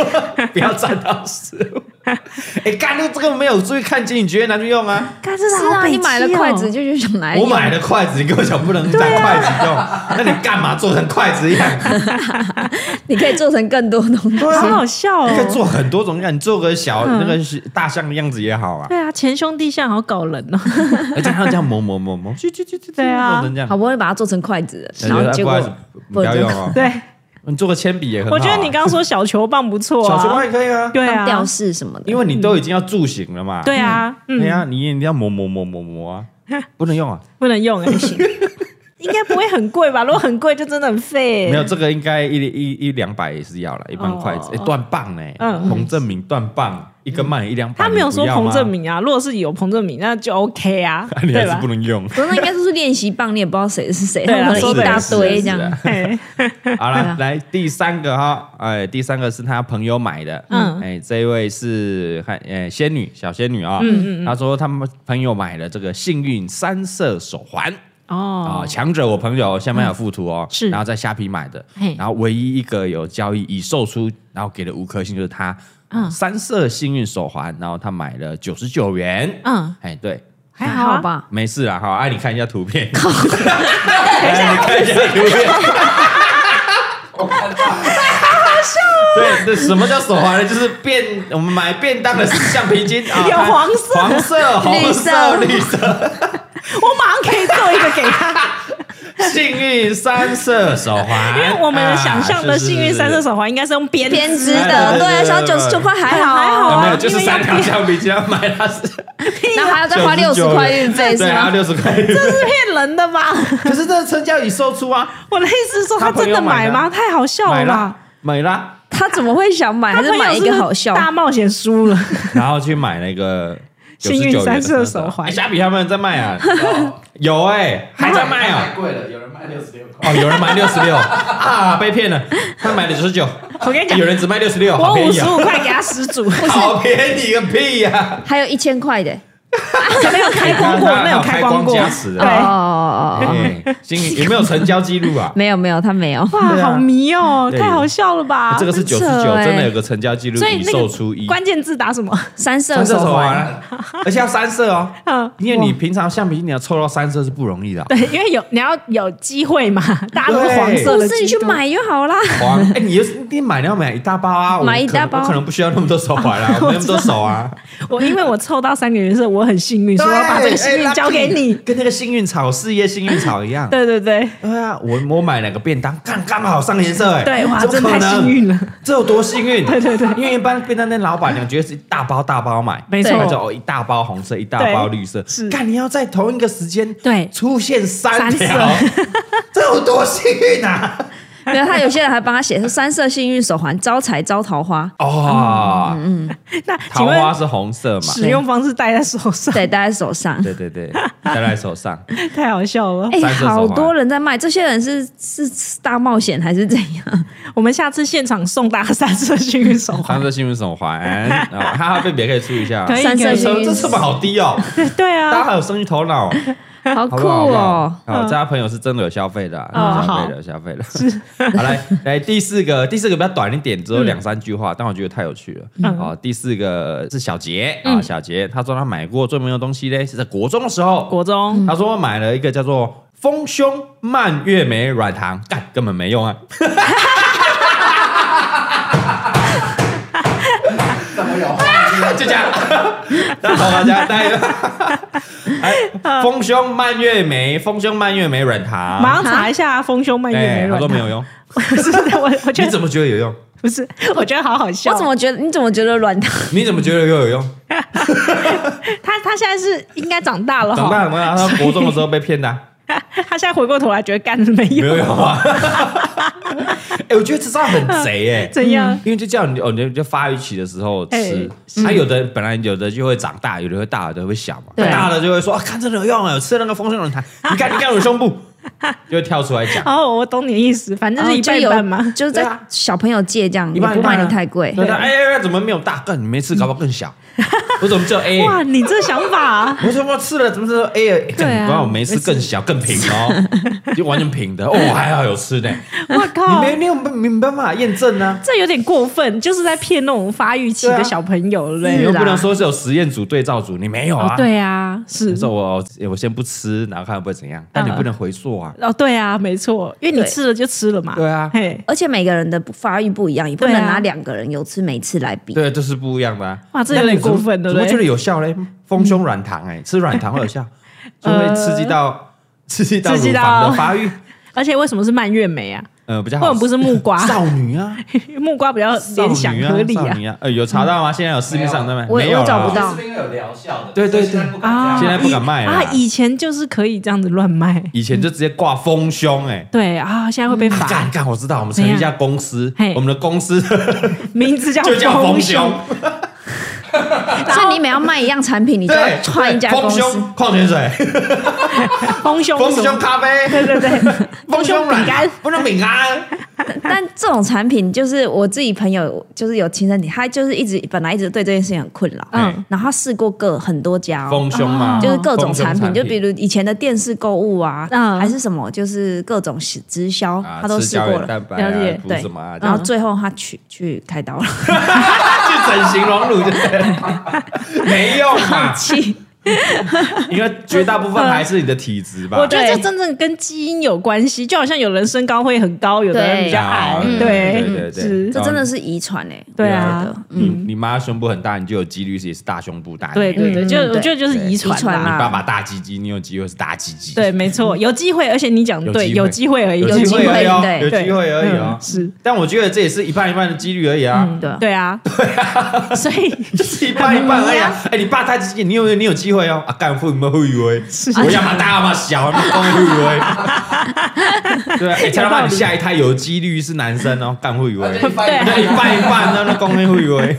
A: 不要沾到食物。哎，干这个没有注意看清，你绝对拿去用啊！
C: 看这
B: 是
C: 好
B: 啊，
C: 北
B: 你
C: 极
B: 买了
C: 哦
B: 筷子就去想来
A: 我
B: 用，
A: 买了筷子，你跟我讲不能当筷子用，那你干嘛做成筷子一样？
B: 你可以做成更多东 西。
C: 好好笑
A: 嗯你可以
C: 哦。
A: 做很多种样，你做个小
C: 嗯
A: 那个是大象的样子也好啊，
C: 对啊，前兄弟像好搞人 哦。
A: 而且还要这样磨磨磨磨，去去去去，
C: 对啊
A: 弄成这样
B: 好。不容易把它做成筷子了，
A: 那就
B: 然后
A: 哎
B: 结
A: 不
B: 果
A: 好意思不要用哦。
C: 对，
A: 你做个铅笔也很好
C: 我
A: 啊。
C: 觉得你刚刚说小球棒不错
A: 小
C: 啊，
A: 球棒也可以啊，
C: 对
B: 当
C: 啊，
B: 吊饰什么的，
A: 因为你都已经要助行了嘛。
C: 对啊，
A: 对
C: 嗯，
A: 啊，你一定要磨磨磨磨磨 啊，不能用啊。
C: 不能用哎，不行， 应该不会很贵吧？如果很贵，就真的很废。
A: 没有，这个应该一一一两百也是要了，一般筷子
C: 哦
A: 诶断棒呢。
C: 嗯
A: 彭正明断棒一根卖一两百，
C: 他没有
A: 你
C: 说
A: 不要吗，
C: 彭正，明啊，如果是有彭正明，那就 OK 啊
A: 你还
C: 对啊
A: 是
C: 吧
A: 不？能用。
B: 可是那应该就是练习棒，你也不知道谁是谁，他
C: 对啊
B: 们可能一大堆这
A: 是的
B: 样。
C: 嘿
A: 好
B: 对
A: 了
B: 啊，
A: 来第三个哈，哎，第三个是他朋友买的，嗯
C: 嗯，
A: 哎，这一位是看，哎，仙女小仙女啊，嗯嗯，她说他们朋友买了这个幸运三色手环。啊，
C: 哦，嗯
A: 强者我朋友下面还有附图哦，
C: 是
A: 然后在虾皮买的
C: 嘿，
A: 然后唯一一个有交易已售出，然后给了五颗星就是他，
C: 嗯
A: 三色幸运手环，然后他买了九十九元，
C: 嗯，
A: 哎，对，
C: 还好啊
B: 还吧？
A: 没事啦，好，哎，你看一下图 片， 哎，你看一下图片，
D: 我看到了
A: 对，这什么叫手环呢？就是便我们买便当的橡皮筋啊，
C: 有黄色
A: 黄色、红色、
B: 绿色
A: 绿色，
C: 我马上可以做一个给他。
A: 幸运三色手环，
C: 因为我们想象的
A: 啊是是
C: 幸运
A: 是
C: 三色手环应该是用编织
B: 编织
A: 哎
B: 的，对 啊，
A: 对对对
B: 小九十九块还好，
C: 还好啊
A: 没有，就是
C: 因为要
A: 三条橡皮筋要买它 是
B: 然后还要再花六十块运费是
A: 对，还要
B: 吗？
A: 六十 块。
C: 这是骗人的 吧？
A: 可是这个成交已售出啊，
C: 我的意思是说，他真的买吗？太好笑
A: 买
C: 了
A: 啦
C: 吧！，
A: 买啦，
B: 他怎么会想买？
C: 他
B: 还是
C: 朋友
B: 买一
C: 是不
B: 个
C: 是
B: 好笑？
C: 大冒险输 了，
A: 然后去买那个
C: 幸运三色手环
A: 哎虾皮他们在卖 啊，
D: 哦
A: 有哎，还在卖
D: 太
A: 啊。
D: 贵了，有人卖六十六块。
A: 哦，有人买六十 六啊，被骗了，他买了九十九，哎
C: 我跟你讲
A: 有人只卖六十六，好
C: 我
A: 便
C: 五
A: 宜
C: 十
A: 啊，
C: 五块给他十组，
A: 好便宜个屁啊 呀！
B: 还有一千块的
C: 没有开光 过，
A: 他
C: 没有
A: 开
C: 光过，
A: 加持的，
B: 哦哦哦哦，
A: 哎幸运有没有成交记录啊？
B: 没有没有，他没有。
C: 哇
A: 对，啊
C: 好迷哦，
A: 对
C: 太 好笑了吧？
A: 这个是九十
B: 很扯
A: 九，
B: 哎
A: 真的有个成交记录，
C: 所以
A: 已
C: 那
A: 售出一
C: 个。关键字打什么？
B: 三色
A: 三色手
B: 手
A: 环
B: 环，
A: 啊，而且要三色哦，
C: 嗯
A: 因为你平常橡皮筋你要抽到三色是不容易的啊。
C: 对，因为有你要有机 会嘛，大家都是黄色
B: 不
C: 的，
B: 是你去，买就好啦。
A: 黄，哎，你又是你买你要买一大包 啊，我
B: 买一大
A: 可能
B: 包
A: 我可能不需要那么多手环啊，我没那么多手啊。
C: 我因为我凑到三个颜色，我很幸运，说我要啊把这个幸运交给 你。
A: 跟啊那个幸运草、事业幸运草一样。
C: 对对对
A: 对啊，我我买两个便当，刚刚好上颜色哎、
C: 对，哇，
A: 怎么
C: 真的太
A: 可能
C: 幸运了，
A: 这有多幸运？
C: 对对对
A: 因为一般便当店老板娘觉得是一大包大包买，
C: 没
B: 对
A: 那就
C: 错，
A: 哦一大包红色，一大包绿色，
C: 是
A: 但你要在同一个时间
C: 对
A: 出现三 条
C: 三，
A: 这有多幸运 啊！
B: 没有，他有些人还帮他写是三色幸运手环，招财招桃花，
A: 哦，
C: 那
A: 桃
C: 请
A: 花
C: 问
A: 是红色嘛？
C: 使用方式戴在手上，
B: 对，戴在手上。
A: 对对对，戴在手上。
C: 太好笑了。
B: 哎、
A: 三色手环
B: 好多人在卖，这些人是是大冒险还是怎样？
C: 我们下次现场送大家三色幸运手环
A: 黄。色幸运手环，啊哈哈贝贝可以出一下。啊
C: 可以
B: 三色
C: 可以
B: 幸运
A: 这成本好低 哦，
C: 对
A: 大家
C: 啊，
A: 还有生意头脑，
B: 好
A: 好
B: 酷
A: 不好？好不好
B: 哦！
A: 好，这家朋友是真的有消费的啊，
C: 嗯哦
A: 消费的，有消费的。好，来来第四个，第四个比较短一点，只有两三句话，但我觉得太有趣了。
C: 嗯
A: 好，第四个是小杰啊，小杰他说他买过最没用的东西嘞，是在国中的时候，
C: 国中
A: 他说买了一个叫做丰胸蔓越莓软糖，干根本没用啊。
D: 怎么有画面？
A: 就这 样，那好大家带一个，哎，丰胸蔓越莓，丰胸蔓越莓软糖，
C: 马上查一下丰胸蔓越莓
A: 哎他
C: 软
A: 说
C: 糖。
A: 没有用，
C: 是的，我我觉
A: 你
C: 得
A: 怎么觉得有用？
C: 不是，我觉得好好笑。
B: 我怎么觉得？你怎么觉得软糖？
A: 你怎么觉得又有用？
C: 哦他他现在是应该长大了
A: 长大
C: 哈？
A: 很快， 他国中的时候被骗的啊，
C: 他现在回过头来觉得干了没
A: 没有
C: 有？
A: 用 啊。哎，我觉得这招很贼 哎。
C: 怎样？
A: 因为就叫你哦，你就发育期的时候
C: 哎
A: 吃，它、有的本来有的就会长大，有的会大，有的会小嘛。
B: 对
A: 大的就会说啊，看真的有用啊，有吃那个丰胸软糖，你看你看我的胸 部，就会跳出来讲。
C: 哦，我懂你的意思，反正是一
B: 就
C: 半一
B: 哦有
C: 半嘛。
B: 就是在小朋友借这样，
A: 啊一
B: 也
A: 般
B: 不卖
A: 的
B: 的太贵。
A: 对的，哎哎哎，怎么没有大更？你没吃，搞不好更 小。我怎么叫 A？
C: 哇，你这想 法啊，
A: 我怎么吃了？怎么是 A？哎
B: 对啊
A: 更搞不好没吃更小更平 哦，就完全平的。哦，还好有吃的，你
C: 我靠，
A: 没没有没没办法验证啊呢。
C: 这有点过分，就是在骗那种发育期
A: 对啊
C: 的小朋友了
A: 你
C: 嘞
A: 又。
B: 啦
A: 不能说是有实验组对照组，你没有
C: 哦
A: 啊，？
C: 对啊，是
A: 你。说我我先不吃，然后看会不会怎
C: 嗯
A: 样？但你不能回溯啊。
C: 哦，对啊，没错，因为你
B: 对
C: 吃了就吃了嘛。
A: 对啊
C: 嘿，
B: 而且每个人的发育不一样，也不
C: 对
B: 能
C: 啊
B: 拿两个人有吃没吃来比。
A: 对，这是不一样的啊。
C: 哇这有点过分
A: 那你怎么
C: 对不对
A: 怎么觉得有效嘞？丰胸软糖， 哎，吃软糖会有效，就会刺激到刺激到
C: 呃刺激
A: 乳
C: 到
A: 房的发育，
C: 而且为什么是蔓越莓啊？
A: 呃，比较
C: 为
A: 好
C: 什么不是木瓜？
A: 少女啊，
C: 木瓜比较联想合理
A: 少
C: 啊。
A: 女啊，呃，有查到吗？现在有市面上的吗？
B: 我
A: 没有啊
B: 我找不
A: 啦
B: 到
D: 是不是因为有疗效的？
A: 对对对
D: 所以现在不敢这
C: 啊，
D: 样
A: 现在不敢卖了
C: 啊！以前就是可以这样子乱卖，
A: 以前就直接挂丰胸哎。
C: 对啊，现在会被罚
A: 干。干，我知道，我们成立一家公司
C: 怎样，嘿
A: 我们的公司
C: 名字叫
A: 就叫丰
C: 胸
A: 胸，，
B: 所以你每要卖一样产品，你就要
A: 啊对，
B: 创一家
A: 对
B: 公
A: 丰
B: 司。
A: 胸矿泉水、
C: 丰胸
A: 丰
C: 什
A: 胸
C: 么？
A: 咖 啡、
C: 对对对，
A: 丰胸
C: 丰胸
A: 软
C: 饼干、
A: 丰胸饼干，
B: 但这种产品就是我自己朋友，就是有亲身体，他就是一直本来一直对这件事情很困扰，
A: 嗯
B: 嗯，然后他试过各很多家、哦。
A: 丰胸嘛，
B: 就是各种产品，
A: 丰胸
B: 就比如以前的电视购物啊，
C: 嗯
B: 还是什么，就是各种直销，
A: 啊
B: 他都
A: 吃
B: 试
A: 胶
B: 过
A: 原
B: 了。
A: 蛋白啊
C: 了解
A: 补
B: 对哦
A: 什么啊，，这
B: 然
A: 样嗯
B: 后最后他去去开刀了，
A: 去整形隆乳，对不 对没用嘛，
B: 气
A: 因为绝大部
B: 嗯
A: 分还是你的体质吧。
C: 我觉得这
B: 对
C: 真正跟基因有关系，就好像有人身高会很高，有的人比较矮
A: 对，啊对对对
C: 对是
B: 这真的是遗传哎。
C: 对
B: 我觉
C: 啊
B: 得，
A: 你你妈胸部很大，你就有几率也是大胸部大。
C: 对对对，
B: 嗯
C: 就
B: 对
C: 我觉得就是遗
B: 遗
C: 传
B: 传
C: 啦
B: 啦。
A: 爸爸大鸡鸡，你有机会是大鸡鸡。
C: 对，，没错，有机会，而且你讲的对，
A: 有
C: 有
A: 机
C: 机会而已，
A: 有
B: 机
A: 机会
B: 会
A: 而已哦，
B: 对
A: 有
C: 对
A: 机会而已
C: 嗯
A: 哦。
C: 是，
A: 但我觉得这也是一半一半的几率而已啊，
B: 对啊
C: 对啊，所以
A: 就是 一半一半而已啊。哎，你爸大鸡鸡，你有你有机会哦。啊，干会有没有会以为？我要么大要么小，你光会以为。对啊，哎，蔡老板，你下一胎有几率是男生哦，干会以为。
D: 对
C: 对
A: 对，一半一半，那那公会会为。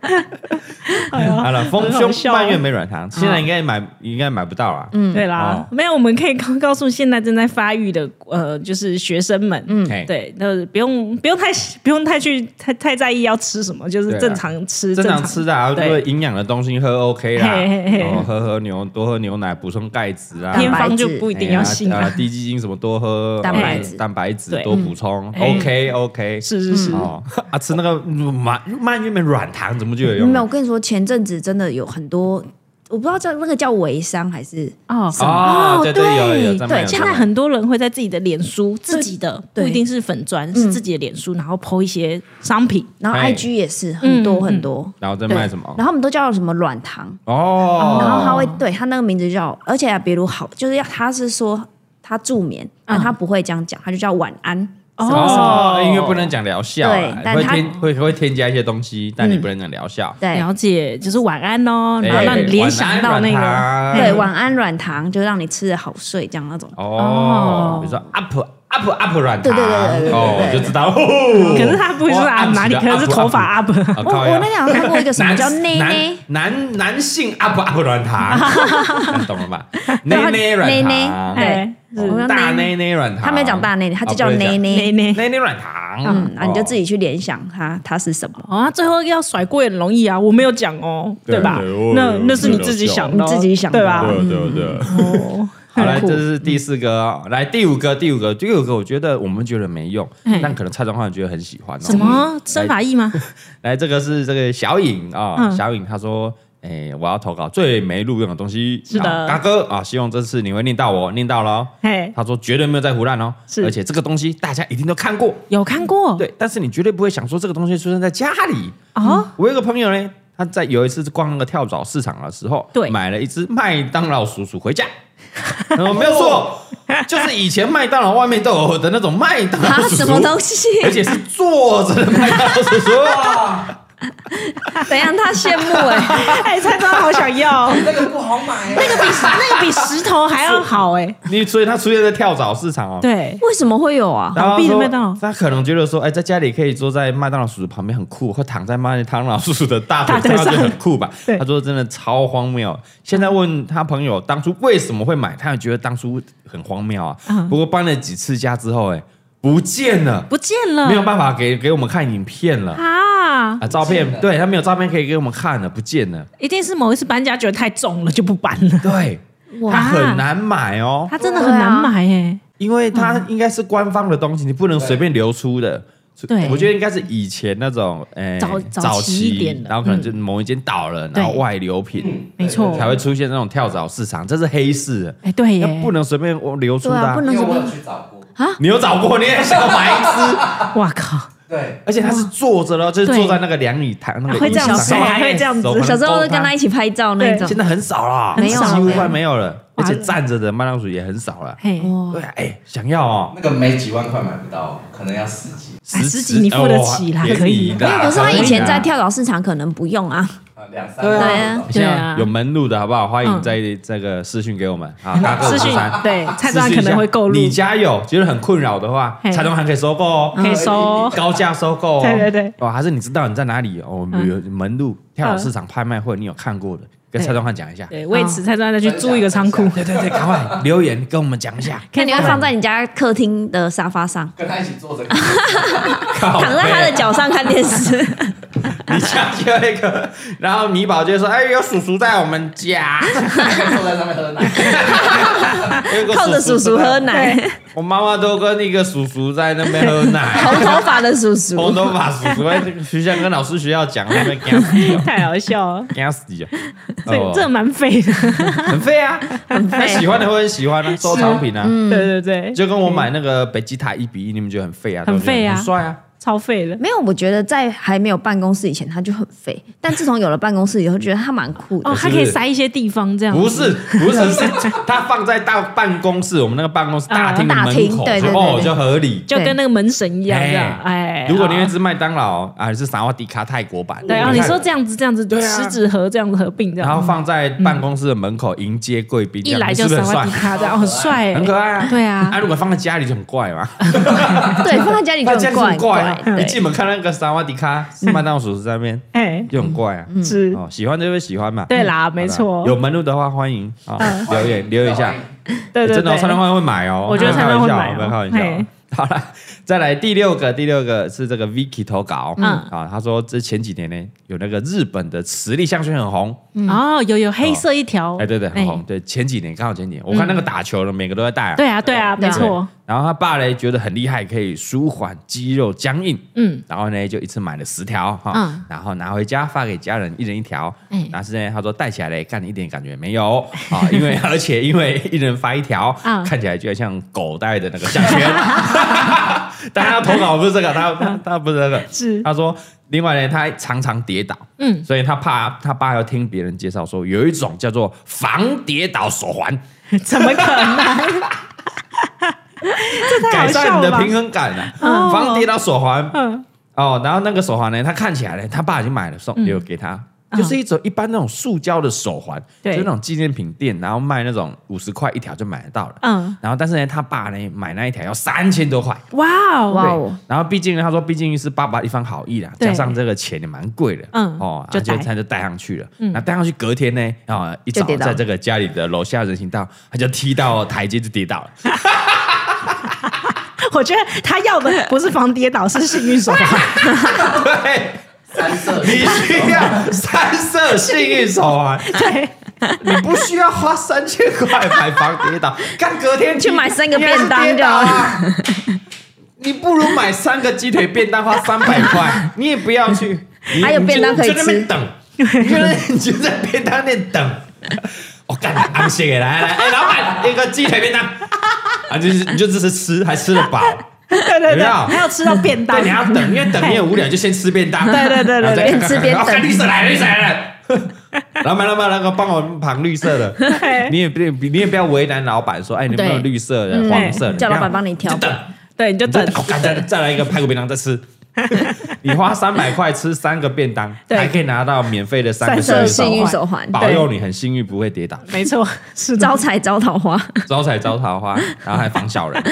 C: 哎 呦
A: 好了，丰
C: 很好
A: 胸
C: 笑啊
A: 蔓越莓软糖，现在应该买应该买不到啦。嗯，
C: 对啦
A: 哦，
C: 没有，我们可以告告诉现在正在发育的呃，就是学生们，嗯，
A: 嘿
C: 对，那不用不用太不用太去太太在意要吃什么，就是
A: 对啊
C: 正常吃，
A: 正常吃的啊，
C: 对
A: 对营养的东西喝 OK 啦，
C: 嘿嘿嘿
A: 哦，喝喝牛多喝牛奶补充钙质啊，
C: 偏
B: 白
C: 方
B: 质
C: 就不一定要信
A: 哎呀啊
C: 啊，
A: 低基金什么多喝
B: 蛋白质
A: 呃蛋白质
C: 对
A: 多补充
C: 嗯
A: ，OK OK
C: 是是是，
A: 哦啊，吃那个嗯蔓蔓越莓软糖怎么就有
B: 没
A: 用
B: 有，？我跟你说，前阵子真的有很多，我不知道叫那个叫微商还是
C: 哦
B: 什么
A: 哦对对有有在卖
C: 对，
A: 有
C: 现
A: 在卖
C: 在很多人会在自己的脸书，自己的不
B: 对嗯
C: 一定是粉砖，是自己的脸书，然后 PO 一些商品。
B: 然后
A: 哎
B: IG 也是很多很多，
A: 然后在
B: 对
A: 卖什么？
B: 然后我们都叫什么软糖，
A: 哦，
B: 然后他会对他那个名字叫，而且啊比如好，就是要他是说他助眠，但他不会这样讲，他就叫晚安。
A: 哦，因为不能讲疗效啊，
B: 对但
A: 会
B: 它
A: 添会会添加一些东西，但你
C: 嗯
A: 不能讲疗效。
B: 对
C: 了解，就是晚安哦，
A: 哎
C: 然后让你联想到那
A: 晚
C: 个
A: 安
B: 对，晚安软糖就让你吃的好睡，这样那种。
A: 哦
C: 哦，
A: 比如说 up up up 软
B: 对
A: 糖，
B: 对对对对对
A: 哦，我
B: 对
A: 就知道。哦
C: 可是他不会是
A: 哇
C: 按哪里，
A: up
C: 可能是
A: up
C: 头发 up。
A: 啊
B: 我
A: 靠呀
B: 我那天有看过一个什么
A: 男
B: 叫内
A: 男
B: 内，
A: 男男性 up up 软 糖，懂了吧？
B: 对
A: 内内软
B: 内
A: 糖，
B: 内
C: 哎，
B: 我
C: 是
B: 说
A: 大啊
B: 内
A: 内内软糖，哦
B: 他没有讲大内内，他就叫
A: 内
B: 内
C: 内
B: 内。
C: 内。
A: 内内软糖。
B: 嗯，那你就自
A: 己
B: 己去联想它它是什 么，
C: 哦，他最后要甩锅也很容易啊，我没有讲哦，
A: 对
C: 对吧
A: 对我？
C: 那
A: 有
C: 那是你自己想的哦，
B: 你自己想的
C: 对吧？
A: 对
B: 嗯
A: 对。
C: 哦，
A: 嗯好来，
C: 很酷
A: 这是第四个哦，来第五个，第五个，第五个，我觉得我们觉得没用
C: 哎，
A: 但可能蔡庄汉觉得很喜欢。哦
C: 什？么生法意吗？
A: 来，这个是这个小颖啊，
C: 嗯
A: 小颖她说。哎、我要投稿最没录用的东西。
C: 是的
A: 啊嘎哥啊，希望这次你会念到我，念到了、哦。
C: 嘿，
A: 他说绝对没有在胡乱哦，
C: 哎是哦
A: 而且这个东西大家一定都看过，
C: 有看过？
A: 对，但是你绝对不会想说这个东西出现在家里。嗯
C: 哦，
A: 我有一个朋友呢，他在有一次逛那个跳蚤市场的时候，
C: 对
A: 买了一只麦当劳鼠鼠 回家。我没有错，就是以前麦当劳外面都有的那种麦当劳
B: 它
C: 啊
A: 鼠鼠，
B: 什么 东西？
A: 而且是坐着的麦当劳鼠鼠。
B: 怎样？他羡慕哎，
C: 哎，蔡庄好想要，
D: 哎那个不好买，啊
C: 那个比那个比石头还要好哎，
A: 你所以他出现在跳蚤市场哦。
C: 对，
B: 为什么会有啊？
A: 然后
C: 倒
A: 他
C: 闭的
A: 说
C: 麦当劳
A: 他可能觉得说，哎，在家里可以坐在麦当劳叔叔旁边很酷，或躺在麦当劳叔叔的大腿
C: 大腿
A: 上
C: 上
A: 就很酷吧
C: 对？
A: 他说真的超荒谬。现在问他朋友当初为什么会买，他也觉得当初很荒谬啊。
C: 嗯
A: 不过搬了几次家之后，哎，不见了，
C: 不见了，
A: 没有办法给给我们看影片了。
C: 嗯啊，
A: 啊，照
D: 不见
A: 片
D: 了
A: 对他没有照片可以给我们看了，不见了。
C: 一定是某一次搬家觉得太重了就不搬 了，
A: 对，他很难买哦，
C: 它真的很难买哎，
A: 因为它应该是官方的东西，你不能随便流出的。
C: 对
A: 我觉得应该是以前那种，诶、
C: 早
A: 早
C: 早期一点的
A: 然后可能就某一间倒了，然后外流品
D: 嗯
C: 没错
A: 才会出现那种跳蚤市场，这是黑市的，
C: 哎，对
A: 那
C: 耶，
A: 不能随便流出的、
B: 对啊不
D: 因
B: 能
D: 为我有去找过，
A: 你有找过，你也想买一只，
C: 哇靠，
D: 对，
A: 而且它是坐着的哦，就是
C: 对
A: 坐在那个凉椅台那个
C: 会
A: 椅
C: 这样
A: 上
C: 手还会这样子
A: 手可能
B: 小时候
A: 勾
B: 都跟他
A: 它
B: 一起拍照那种
A: 现，在很少了，
B: 没有
A: 几乎
B: 没有
A: 快没有了，而且
C: 完了
A: 站着的麦当鼠也很少了。
C: 嘿，
B: 哇，
A: 对啊，哎、想要哦，
D: 那个没几万块买不到，可能要十几，
A: 十
C: 哎十几你付得起啦
A: 哦
C: 可
A: 便
C: 以
A: 宜
B: 没
A: 的
B: 哎有，
A: 啊
B: 可是他
A: 以
B: 以前
A: 啊
B: 在跳蚤市场可能不用啊，
D: 呃，两三
A: 对
D: 万
A: 啊
D: 买不到。
C: 对啊
A: 有门路的好不好？欢迎
C: 嗯
A: 在这个私讯给我们啊，大哥
C: 私讯
A: 53
C: 对蔡庄可能会购入
A: 私讯一下你家有觉得很困扰的话，
C: 嘿
A: 蔡庄还可以收购哦，
C: 可以收哦，
A: 高价收购哦。
C: 对对对，
A: 哦，还是你知道你在哪里哦？
C: 嗯
A: 有门路跳蚤市场拍卖会，你有看过的，跟蔡庄汉讲一下。
C: 对，为此蔡庄再去租一个仓库，
A: 对对对，赶快留言跟我们讲一 下。
B: 看你会放在你家客厅的沙发上，
D: 跟他一起坐着，
A: 靠
B: 躺在他的
A: 背啊
B: 脚上看 电视，
A: 你家就一个，然后米宝就说：“哎，有叔叔在我们家，
D: 坐在上面喝奶，
A: 有个
B: 靠着叔叔
A: 在
B: 喝奶，
A: 我妈妈都跟那个叔叔在那边喝 奶，
B: 红头发的叔
A: 红
B: 叔，
A: 头发叔叔在学校跟老师学校讲，那边干死哦，
C: 太好笑了，
A: 干死哦，
C: 这
A: 哦
C: 这蛮废的，
A: 很废啊，
B: 很
A: 他
B: 废
A: 喜。欢的会很喜欢啊，收藏品啊，
C: 对对对，
A: 就跟我买那个北极塔一比一，你们觉得很废啊，
C: 很废
A: 对不
C: 啊
A: 对很帅啊，
C: 超废的。
B: 没有，我觉得在还没有办公室以前他就很废，但自从有了办公室以后，觉得他蛮酷的
C: 哦，。
A: 是
C: 它
A: 不
C: 可以
A: 是
C: 塞一些地方这样。
A: 不是不是 是，他放在大办公室，我们那个办公室大厅的
B: 啊大
A: 门
B: 厅
A: 口，
B: 对
A: 就
B: 对对
A: 哦
B: 对
A: 就合理。
C: 就跟那个门神一样这样，
A: 哎
C: 哎，
A: 如果你
C: 好
A: 一只麦当劳啊，还是萨瓦迪卡泰国版，
C: 对，然后
A: 看
C: 你说这样子这样子
A: 对啊
C: 食指合这样子合并这
A: 然后
C: 样，
A: 放在办公室的门口迎接贵宾，这
C: 一
A: 样
C: 来
A: 你
C: 就是
A: 不是很
C: 萨瓦
A: 帅
C: 迪？卡这样，哦很帅，
A: 很可爱啊。
C: 对啊
A: 啊，如果放在家里就很怪嘛，
B: 对，放在家里就
A: 放在家里
B: 很
A: 就
B: 怪
A: 很怪啊。
B: 对
A: 一进门看到那个萨瓦迪卡是麦当劳叔叔在那边，
C: 哎，
A: 就很怪啊。
C: 是，
A: 哦，喜欢就会喜欢嘛。
C: 嗯对
A: 嗯，
C: 啦，没
A: 好
C: 错
A: 啦，
C: 嗯
A: 有门路的话欢迎啊， 留 言留言一下。
C: 对
A: 欸
C: 对
A: 真的哦，
C: 对，
A: 蔡康永会买哦，
C: 我觉得
A: 不要开
C: 蔡康
A: 玩
C: 永
A: 笑
C: 会买
A: 哦
C: 哦
A: 不要开玩笑哦
C: 嘿。
A: 好了，再来第六个，第六个是这个 Vicky 投稿，嗯
C: 嗯
A: 啊，他说这前几年呢有那个日本的磁力项圈很红，
C: 哦，有有黑色一条，
A: 哎，对对，很
C: 哎嗯
A: 红，对，前几年刚好前几年，我看那个打球的每个都在戴啊，
C: 对啊对啊，
B: 对
C: 没
B: 啊
A: 对
C: 错，
A: 然然后他爸嘞觉得很厉害，可以舒缓肌肉僵硬，
C: 嗯，
A: 然后呢就一次买了十条哈，
C: 嗯
A: 然后拿回家发给家人，一人一条。
C: 哎
A: 然后是呢，他说戴起来嘞，看一点感觉没有 啊，因为而且因为一人发一条，
C: 嗯
A: 看起来就像狗戴的那个项圈。 但他投稿不是这个，他他他不是这个，
C: 是，
A: 他说，另外呢，他常常跌倒，
C: 嗯，
A: 所以他怕他爸要听别人介绍说，有一种叫做防跌倒手环，
C: 怎么可能？这太
A: 改
C: 好
A: 善
C: 笑
A: 你
C: 了
A: 的
C: 吧？
A: 平衡感啊，
C: 哦
A: 防跌倒手环。
C: 嗯，
A: 哦，然后那个手环呢，他看起来呢，他爸已经买了送留给他，
C: 嗯
A: 就是一种一般那种塑胶的手环，就
C: 对
A: 是那种纪念品店，然后卖那种五十块一条就买得到了。
C: 嗯，
A: 然后但是呢，他爸呢买那一条要三千多块。
C: 哇哦，
B: 哇
A: 对
B: 哦
A: 然后毕竟他说，毕竟是爸爸一番好意啦，
C: 对
A: 加上这个钱也蛮贵的，
C: 嗯
A: 哦，
C: 就
A: 他就
C: 带
A: 他就带上去了。
C: 嗯
A: 那带上去隔天呢，啊，一早
B: 就跌倒
A: 在这个家里的楼下人行道，他就踢到台阶就跌 倒了。
C: 我觉得他要的不是防跌倒，是幸运手啊环。
A: 对，
D: 三色
A: 你需要三色幸运手环，
C: 对，
A: 你不需要花三千块买防跌倒，看隔天
B: 去买三个便当
A: 就
B: 就好
A: 了。啊你不如买三个鸡腿便当，花三百块，你也不要去。你
B: 还有便当可以
A: 你就在那边
B: 吃
A: 等，你就在你就在便当店等。我干，安心给来来，哎，老板，一个鸡腿便当啊，就是你就只是吃，还吃得饱。
C: 对对
A: 有没
C: 对，
A: 有
C: 还要吃到便当
A: 对，，你要等， 因为等你也无聊，就先吃便当。
C: 对对对对
A: 然后再看看
B: 边吃边
A: 然后看
B: 等
A: 绿色来了，绿色来 了。老板，老板，那个帮我们绑绿色的，你也不你也不要为难老板，说哎，你有没有
B: 对
A: 绿色的、
B: 嗯
A: 黄色的？
B: 叫老板
A: 你看
B: 帮你挑
A: 就等，
C: 对，你就
A: 你就
C: 等
A: 等，我再再来一个排骨便当再吃。 你花三百块吃三个便当，
C: 对
A: 还可以拿到免费的三个哦手
C: 三色
B: 幸运
A: 环，
B: 手环，
A: 保佑你很幸运不会跌倒，
C: 没错，是的
B: 招，财招桃花，
A: 招财招桃花，然后还防小人，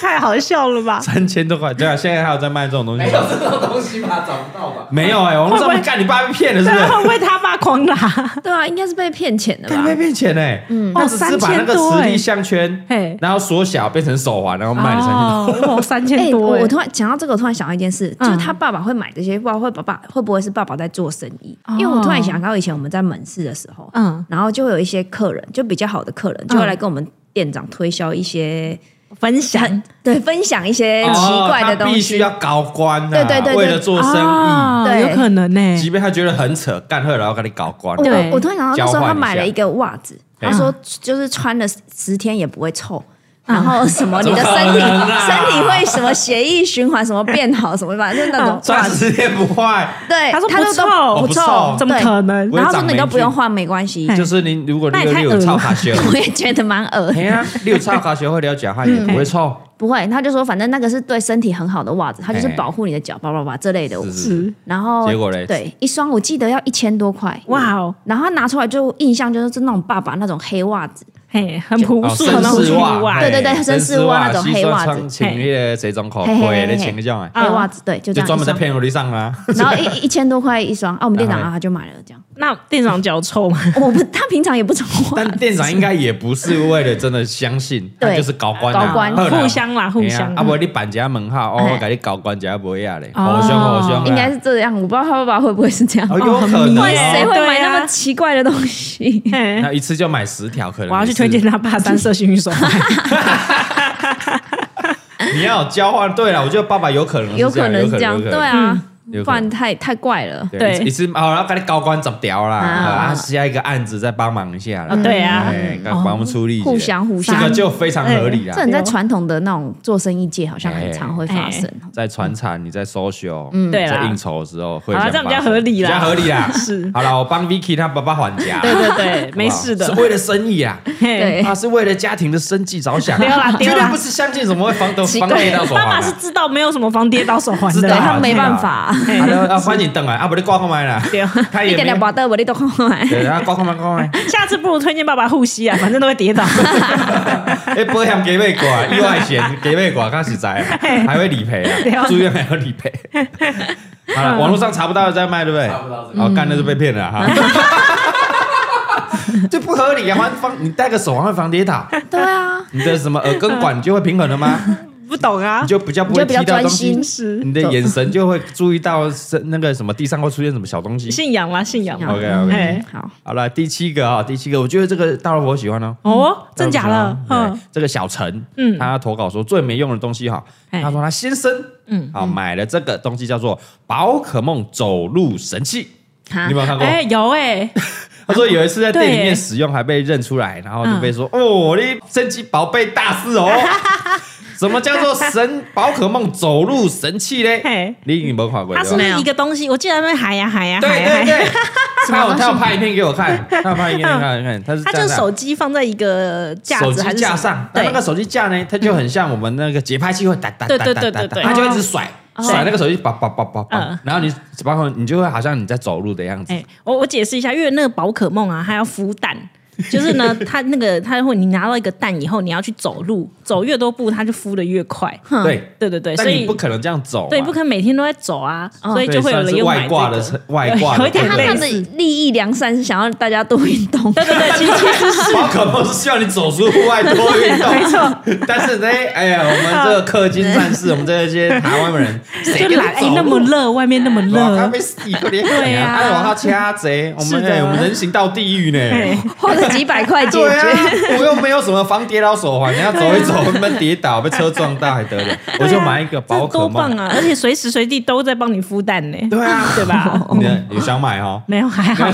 C: 太好笑了吧？
A: 三千多块，对啊，现在还有在卖这种东西
D: 没
A: 吗？
D: 有这种东西吧？找不到吧？
A: 没有哎，网络上
C: 会不
A: 面
C: 会
A: 干你爸被骗了是
C: 对
A: 不
C: 啊，
A: 是？
C: 会不会他爸狂打？
B: 对啊，应该是被骗钱的
A: 干
B: 吧
A: 被？骗钱哎，嗯，他
C: 哦
A: 只是把那个
C: 3000多
A: 磁
C: 欸
B: 哎
A: 力项圈，
C: 嘿，
A: 然后缩小变成手环，然后卖你三千多。
C: 哦，哇，三
B: 哎、
C: 千
B: 我
C: 多欸，
B: 我突然讲到这个，我突然想到一件事，就是
C: 嗯
B: 他爸爸会买这些，不知道会爸爸会不会是爸爸在做生意？
C: 哦
B: 因为我突然想到以前我们在门市的时候，
C: 嗯，
B: 然后就会有一些客人，就比较好的客人，就会来跟我们店长推销一些，
C: 分享
B: 很 对，分享一些
A: 哦
B: 奇怪的
A: 他
B: 东
A: 必须
B: 西。
A: 要高官啊，
B: 对对对对
A: 为了做生意，
C: 哦
B: 对
C: 有可能呢。
A: 即便他觉得很扯，干后来要给你搞官
B: 我。
C: 对
B: 我我突然想到那时
A: 交
B: 候
A: 换
B: 他
A: 一下
B: 买了一个袜子，
A: 嗯
B: 他说就是穿了十天也不会臭。
C: 嗯
B: 然后什么，你的
A: 怎么
B: 身体
A: 可能啊
B: 身体会什么血液循环什么变好什么吧，就是那种
A: 钻石也不坏，
B: 对，
C: 嗯哎他说
B: 他
C: 不
B: 就都
A: 哦
C: 臭，
A: 不臭
C: 怎么
B: 对
C: 可能
A: 我？也
B: 然后
A: 长
B: 说你都
A: 霉
B: 不用
A: 菌
B: 换没关
C: 哎
B: 系，
A: 就是你如果
C: 那
A: 你
C: 也
A: 有
C: 太
A: 六
C: 恶
A: 超
C: 了
A: 卡学，
B: 我也觉得蛮恶
A: 哎呀，六超卡学会了解话
B: 嗯
A: 也不会臭，
B: 不会，他就说反正那个是对身体很好的袜子，它就是保护你的脚，叭叭叭这类的。
A: 是是是，
C: 是，
B: 然后
A: 结果嘞
B: 对，一双我记得要一千多块，
C: 哇哦，
B: 然后他拿出来就印象就是是那种爸爸那种黑袜子，
C: 嘿，很朴素，
A: 哦
C: 很朴
A: 绅士
C: 素
A: 袜，
C: 袜，
B: 对对对
A: 嘿
B: 绅士袜那种
A: 绅士
B: 黑袜子
A: 西装穿穿那个水中口
B: 嘿嘿
A: 灰
B: 嘿
A: 的
B: 嘿
A: 情侣装哎，
C: 啊
B: 黑袜子对，就这
A: 就
B: 样
A: 专门在
B: 一双。
A: 骗我的上啊。
B: 然后一一千多块一双，啊，我们店长
A: 然后嘞
B: 啊他就买了这样。
C: 那店长脚臭吗？
B: 我不，他平常也不怎么
A: 但
B: 换，
A: 店长应该也不是为了真的相信，
B: 对
A: 他就是高官啊、
B: 高官
A: 后来
C: 互相啦互相
A: 嘿啊啊不，你办一下门号，哦，
B: 哎
A: 我给你高官一下不会啊嘞，
C: 哦
A: 好凶好凶啊，
B: 应该是这样。我不知道他爸爸会不会是这样，
A: 哦有可能、
C: 迷
A: 哦，
C: 耶
B: 谁 会买
C: 对啊
B: 那么奇怪的东 西？
C: 嘿
A: 那一次就买十条，可能
C: 我要去
A: 也是
C: 推荐他爸三色幸运手环。
A: 你要有交换。对了，我觉得爸爸有可能是
B: 有可能是这样，
A: 有可
B: 对
A: 能
B: 啊，
A: 有可
B: 不
A: 能
B: 然太太怪了。
A: 对，
C: 对
A: 一次好，然后给你高官十条啦，
B: 啊
A: 啊，下一个案子再帮忙一下啦，
C: 啊对啊
A: 哎帮我们处理一下，
B: 哦互相互
A: 这
B: 相
A: 个就非常合理啦
B: 这。很在传统的那种做生意界好像很常会发生。
A: 在传产，你在 social，
C: 对啦
A: 在应酬的时候会
C: 好啦
A: 想
C: 这样比
A: 发
C: 较
A: 生
C: 合理啦
A: 比较合理啦。
C: 是
A: 好了，我帮 Vicky 他爸爸还价，
C: 对
A: 好
C: 对对，
A: 不好
C: 没事的
A: 是。为了生意啊，
C: 嘿
B: 对
A: 啊，是为了家庭的生计着想啊，
C: 丢啦
A: 绝
C: 丢
A: 对
C: 啦
A: 不是相信怎么会防得
B: 奇
A: 防
B: 怪
A: 跌到手
C: 爸爸
A: 环
C: 是
A: 啊。
C: 知道没有什么防跌倒手环
A: 知
C: 的
A: 道
B: 对
A: 啊
C: 啦，
B: 他没办法，
A: 好的，啊，欢迎邓来，啊，不，你挂空麦啦，
C: 嗯对
A: 他
B: 一
A: 也
B: 点
A: 没
B: 点，把的我你都看来。
A: 对，啊，挂空麦，挂空 麦，
C: 下次不如推荐爸爸护膝啊，反正都会跌倒。
A: 哎，保险给未挂，意外险给未挂，刚实在啊，还会理赔
C: 对
A: 啊，
C: 啊
A: 住院还要理 赔。好了，网络上查不到再卖，对不对？
D: 查不到这个。
A: 哦，干那就被骗了哈。这不合理啊！防防你戴个手环会防跌倒，
B: 对啊，
A: 你的什么耳根管就会平衡了吗？
C: 不懂啊
A: 你，就比较不
B: 你
A: 会
B: 就比
A: 踢
B: 较
A: 到
B: 专
A: 东西
B: 心，，
C: 是
A: 你的眼神就会注意到是那个什么地上会出现什么小东西。
C: 信仰啦，信仰啦。
A: OK OK，
C: 哎，
B: 嗯好，
A: 好了，第七个啊、第七个，我觉得这个大老婆喜欢哦。
C: 哦，真假
A: 了
C: 的？？
A: 对
C: 嗯，，
A: 这个小陈，
C: 嗯
A: 他投稿说最没用的东西哈，
C: 哎
A: 他说他先生，嗯，好买了这个东西叫做宝可梦走路神器，
B: 哈
A: 你有没有看过？
C: 哎，有哎，
A: 他说有一次在店里
C: 对
A: 面使用，还被认出来，然后就被说：“
C: 嗯
A: 哦，你神奇宝贝大师 哦，什么叫做神宝可梦走路神器嘞
C: 嘿？”
A: 你你没看过？
C: 它是
A: 对
C: 不
A: 吧
B: 没有
C: 是一个东西？我记得那边喊呀喊呀
A: 哦 对
C: 喊呀
A: 对
C: 喊呀，
A: 对，他有他有拍影片给我 看，他有拍影片给我看，看他是
C: 它
A: 这
C: 就
A: 样子
C: 是
A: 啊
C: 手机放在一个架
A: 手
C: 子还
A: 机
C: 是
A: 架
C: 什么
A: 上，那
C: 对嗯
A: 那个手机架呢，它就很像我们那个节拍器会哒哒哒
C: 对
A: 哒
C: 对
A: 哒
C: 对
A: 哒
C: 对
A: 哒，
C: 对
A: 它就一直甩
C: 哦
A: 甩那个手机，叭叭叭叭叭
C: 嗯，
A: 然后你包括你就会好像你在走路的样子
C: 哎、，我我解释一下，因为那个宝可梦啊，它要孵蛋，就是呢，它那个它会你拿到一个蛋以后，你要去走路，走越多步，它就孵的越快。
B: 哼
A: 对，
C: 对对对，
A: 但
C: 所
A: 你
C: 以
A: 不可能这样走嘛，啊
C: 对不可能每天都在走啊，
B: 嗯
C: 所以就会有
A: 对
C: 人
A: 算是
C: 又
A: 外
C: 买、这
A: 挂
C: 个。
A: 的外挂的
C: 有一点
B: 他
C: 类
B: 他
C: 似
B: 的利益良善是想要大家多运动，
C: 对对 对，其实 其实是
A: 宝可梦是希望你走出户外多运 动，没错。但是呢，哎呀，我们这个氪金战士，我们这些台湾人，谁
C: 就
A: 跟你
C: 懒，哎、
A: 走
C: 那么
A: 路
C: 热，外面那么
A: 哇他
C: 热，
A: 被死过脸，对
C: 呀
A: 哎，我靠，掐贼，我们
C: 是的
A: 哎，我们人行到地狱呢。
C: 哎，
B: 花了几百块解
A: 对啊
B: 决。，
A: 我又没有什么防跌倒手环，你要走一
C: 啊
A: 走，闷跌倒被车撞到还得了？我就买一个
C: 这
A: 宝可
C: 多棒
A: 梦。
C: 啊！而且随时随地都在帮你孵蛋 呢、
A: 对啊，
C: 对吧？
A: 你看有想买哦？
C: 没有还好，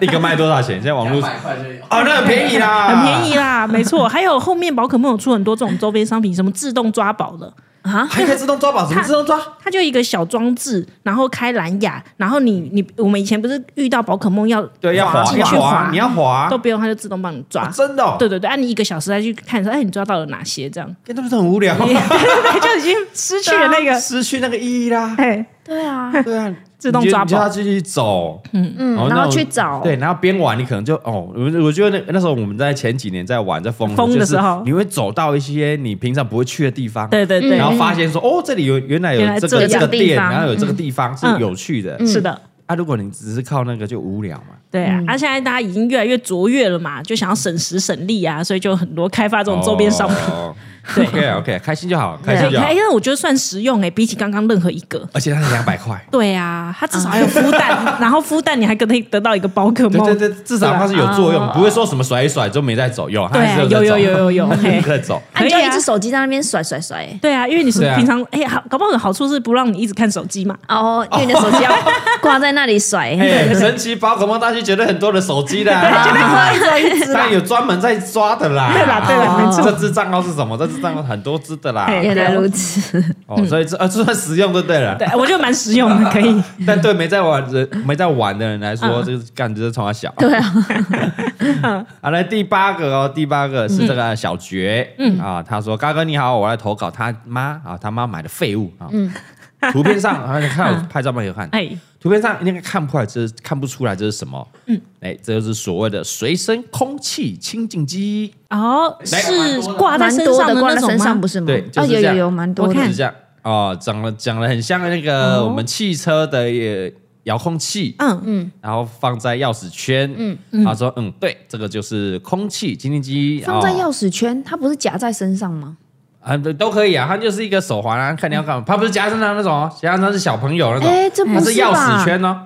A: 一个卖多少钱？现在网
D: 两
A: 络
D: 百块就有。
A: 哦，那很便宜啦，
C: 很便宜。啊
A: 啊
C: 啦，没错。还有后面宝可梦有出很多这种周边商品，什么自动抓宝的，
B: 啊，
A: 还可以自动抓宝，什么自动抓？
C: 它就一个小装置，然后开蓝牙，然后你你我们以前不是遇到宝可梦要
A: 对，要滑，
C: 进
A: 要
C: 去
A: 滑，你要滑
C: 都，不用，它就自动帮你抓。
A: 真的哦，
C: 对对对，啊按、你一个小时再去看说，哎，你抓到了哪些？这样
A: 跟他们都很无聊，
C: 就已经失去了那个，
A: 失去那个意义 啦。
C: 哎，
B: 对啊，
A: 对啊，
C: 自动抓宝
A: 你就要继续走，
B: 嗯，
A: 然后
B: 然
A: 哦那种
B: 后去找，
A: 对，然后边玩你可能就哦，我我觉得那那时候我们在前几年在玩在疯
C: 疯的
A: 就是
C: 时候
A: 你会走到一些你平常不会去的地方，
C: 对对对，
A: 然后发现说哦，这里有原来有
C: 原来
A: 这个
C: 这
A: 这个
B: 个地
A: 店，
B: 方
A: 然后有这个地方是
C: 嗯
A: 有趣的。
C: 是的。
A: 啊，如果你只是靠那个就无聊嘛，
C: 对啊，啊，现在大家已经越来越卓越了嘛，就想要省时省力啊，所以就很多开发这种周边商
A: 哦
C: 品。
A: 品。OK OK，开心就好，开
C: 对，
A: 心就好
C: 哎，。那我觉得算实用哎、比起刚刚任何一个。
A: 而且它是两百块，
C: 对啊，它至少还有孵 蛋，然后孵蛋你还可以得到一个宝可
A: 对
C: 梦。啊
A: 对对，至少它是有作用，
B: 哦
A: 不会说什么甩一甩就没在走，有，它
C: 对
A: 还
C: 啊，
A: 是
C: 有有
A: 有
C: 有有
A: 有
C: 有，
A: 还
C: 嘿
A: 是在 走。
B: 啊，你就
C: 可以啊
B: 一只手机在那边甩甩甩。欸
C: 对啊，因为你是
A: 对啊
C: 平常哎、好，搞不好有好处是不让你一直看手机嘛。
B: 哦，因为你的手机要挂在那里甩，
A: 哎，神奇宝可梦大区绝对很多的手机的，啊 但有专门在抓的啦。哦
C: 对啦对
B: 啦没
C: 错
A: 这只账号是什么？这只账号很多只的啦。
C: 嘿 嗯
B: 原来如此，
A: 哦，所以这呃这算实用就对了。
C: 对，我觉得蛮实用的，可以。
A: 但对没在玩人没在玩的人来说，
C: 嗯
A: 这个干就是从他小。对啊。好啊来第八个哦，第八
B: 嗯
A: 个是这个小觉，嗯啊，他说：“嘎哥你好，我来投稿他妈啊，他妈买的废物啊。”嗯。 图片上，啊，你看我拍照片给我看，
C: 哎，
A: 图片上应该看不出来，这是看不出来这是什么。嗯，哎，这就是所谓的随身空气清净机。
C: 哦，
A: 来
C: 是
D: 蛮多的
C: 挂在
B: 蛮
C: 身
B: 多
C: 上
B: 的挂
C: 那
B: 在
C: 种
B: 身上
C: 吗
B: 不？是吗？
A: 对就
B: 哦，
A: 是
B: 有
A: 这样
B: 有有蛮多
C: 我
B: 的哦
C: 看
A: 是，这样哦，长得长得很像那个我们汽车的呃遥控器，
C: 嗯，
A: 然后放在钥匙圈，嗯，他说，嗯，对，这个就是空气清净机，哦
B: 放在钥
A: 匙
B: 匙圈，它不是夹在身上吗？
A: 啊，对都可以啊，它就是一个手环啊，看你要干嘛，它不是夹身上那种哦，夹身上是小朋友那种，
B: 哎这不
A: 它是
B: 是
A: 钥
B: 吧
A: 匙圈哦，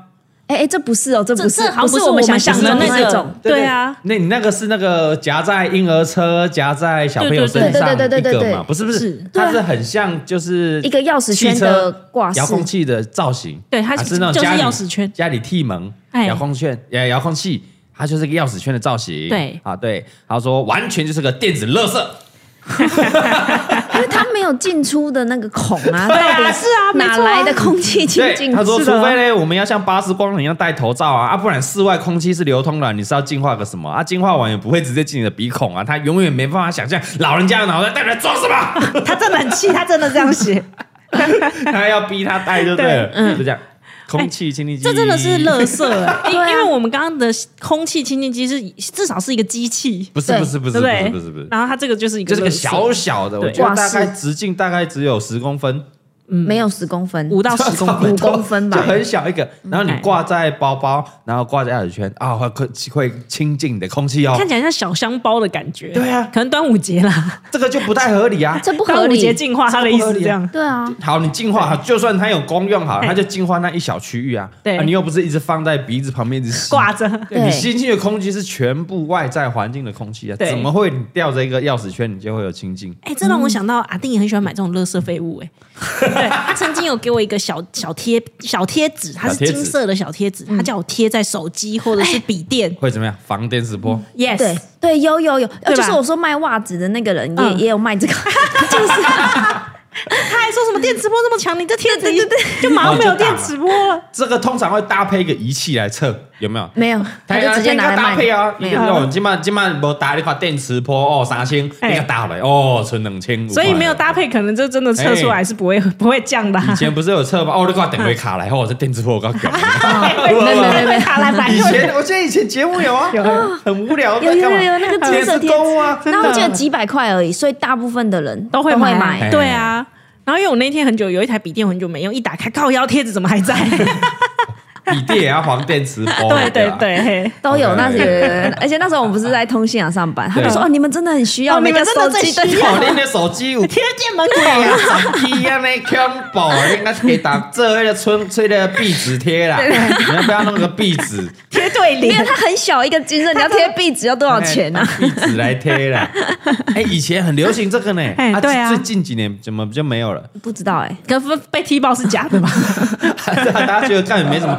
B: 哎哎，这不是哦，这不
C: 这
B: 是
C: 这，好像
B: 不
C: 不是
B: 我
C: 我
B: 们
C: 们想
B: 想
C: 的
B: 的
C: 那
B: 那
C: 个
B: 种，
C: 对啊，
A: 那你那个是那个夹在婴儿车、夹在小朋友身上
B: 对对对对对
A: 一个
B: 对
A: 嘛，
B: 对
A: 不是不
C: 是
A: 是，它是很像就是
B: 一个钥匙圈
A: 汽
B: 的
A: 车
B: 挂饰
A: 遥，控器的造型，
C: 对它
A: 啊
C: 是
A: 是那种
C: 就是
A: 家里
C: 钥匙圈
A: 家里替门
C: 哎
A: 遥控圈，呃，遥控器。它就是一个钥匙圈的造型，
C: 对
A: 啊，对，他说完全就是个电子垃圾，
B: 因为它没有进出的那个孔啊，
C: 对啊
B: 到底
C: 是啊没错啊
B: 哪来的空气清
A: 对，
B: 净？
A: 他说，
B: 是
A: 除
B: 的
A: 非呢，我们要像巴斯光年一样戴头罩啊，啊，不然室外空气是流通的，你是要净化个什么啊？净化完也不会直接进你的鼻孔啊，他永远没办法想象老人家的脑袋到底在装什 么，
C: 他真的很气，他真的这样写，
A: 他要逼他戴就对了，
C: 嗯
A: 就这样。空气清净机，
C: 哎这真的是乐色 哎，因
B: 对啊
C: 因为我们刚刚的空气清净机是至少是一个机器，
A: 不是不是不
C: 对
A: 是不
C: 不对
A: 是？不是不是，
C: 然后它这个就是一个
A: 就是个
C: 垃圾
A: 小小的，我
C: 对
A: 觉得大
B: 挂
A: 概
B: 饰
A: 直径大概只有十公分，
B: 没有十公分，
C: 嗯五到十公 分嗯
B: 五公分吧
A: 就很小一个。然后你挂在包包，然后挂在耳圈啊，会会会亲近你的空气哦
C: 看。起来像小香包的感觉。
A: 对啊
C: 可能端午节啦，
A: 这个就不太合理啊。
B: 这不合
C: 端午节
B: 理。
C: 进化，他的意思这样。
B: 对啊，
A: 好，你净化好，就算它有功用好，
C: 哎
A: 它就净化那一小区域啊。
C: 对
A: 啊你又不是一直放在鼻子旁边一直吸
C: 挂着，
A: 对你
B: 对
A: 吸进去的空气是全部外在环境的空气啊，
C: 对
A: 怎么会你吊着一个钥匙圈，你就会有清净？
C: 哎、这让我想到阿丁也很喜欢买这种垃圾废物、哎， 对他曾经有给我一个小小贴小贴纸，它
A: 小
C: 是
A: 贴纸
C: 金色的小贴纸，他叫我贴在手机或者是笔电。
A: 会怎么样？防电磁波？
C: 哎 yes，
B: 对对，有有有，呃
C: 对
B: 就
C: 吧
B: 是我说卖袜子的那个人也
C: 嗯
B: 也有卖这个， 就是
C: 他还说什么电磁波这么强，你这贴纸对对就马
A: 哦
C: 上没有电磁波了。
A: 这个通常会搭配一个仪器来测，有没有？
B: 没有，他就直接拿来
A: 搭
B: 卖嗯
A: 配啊，一
B: 没
A: 定
B: 有。
A: 要。今晚今晚无打你看电磁波哦，三千，
C: 哎
A: 你个打来哦，存两千五。
C: 所以没有搭。配，可能就真的测出来是不会、不会降的、啊
A: 哎以。前不是有测吗？哦，你看电位卡来，哦，这电磁波我刚搞。
C: 没
B: 哦没没没没
C: 卡来反
A: 以
C: 应
A: 前我记得以前节目有啊， 很无聊，
B: 有
A: 在干
B: 有
A: 嘛
B: 有有那个金
A: 也
B: 色
A: 是
B: 贴
A: 公
B: 纸，
A: 啊，
B: 然后我记得 几百块而已，所以大部分的人
C: 都会
B: 会
C: 买，
A: 哎
B: 买。
C: 对啊。然后因为我那天很久有一台笔电，我很久没用，一打开靠腰贴纸怎么还在？
A: 笔电也要防电磁波。
C: 对对
A: 吧。
C: 对，嘿
B: 都有
A: 对
B: 那
A: 对
B: 些，
A: 对
B: 有有有而且那时候我们不是在通信啊上班，他就说
A: 对
B: 哦，你们真的很需要
C: 哦你
B: 那
C: 们
B: 个
C: 真的
B: 手
C: 最
B: 机，对
C: 需
B: 对
C: 要
A: 哦， 恁的手机有
C: 贴店门
A: 对
C: 口
A: 啊，十几啊，那恐怖，恁那给打做那个春吹那个壁纸贴啦，你要不要弄个壁纸？
C: 贴对
B: 因为
C: 联，
B: 它很小一个金色，你要贴壁纸要多少钱啊？
A: 哎壁纸来贴啦。哎，以前很流行这个呢，
C: 哎对啊
A: 最近几年怎么就没有了？
B: 不知道哎，
C: 可是被踢爆是假的吧？
A: 大家觉得看也没什么，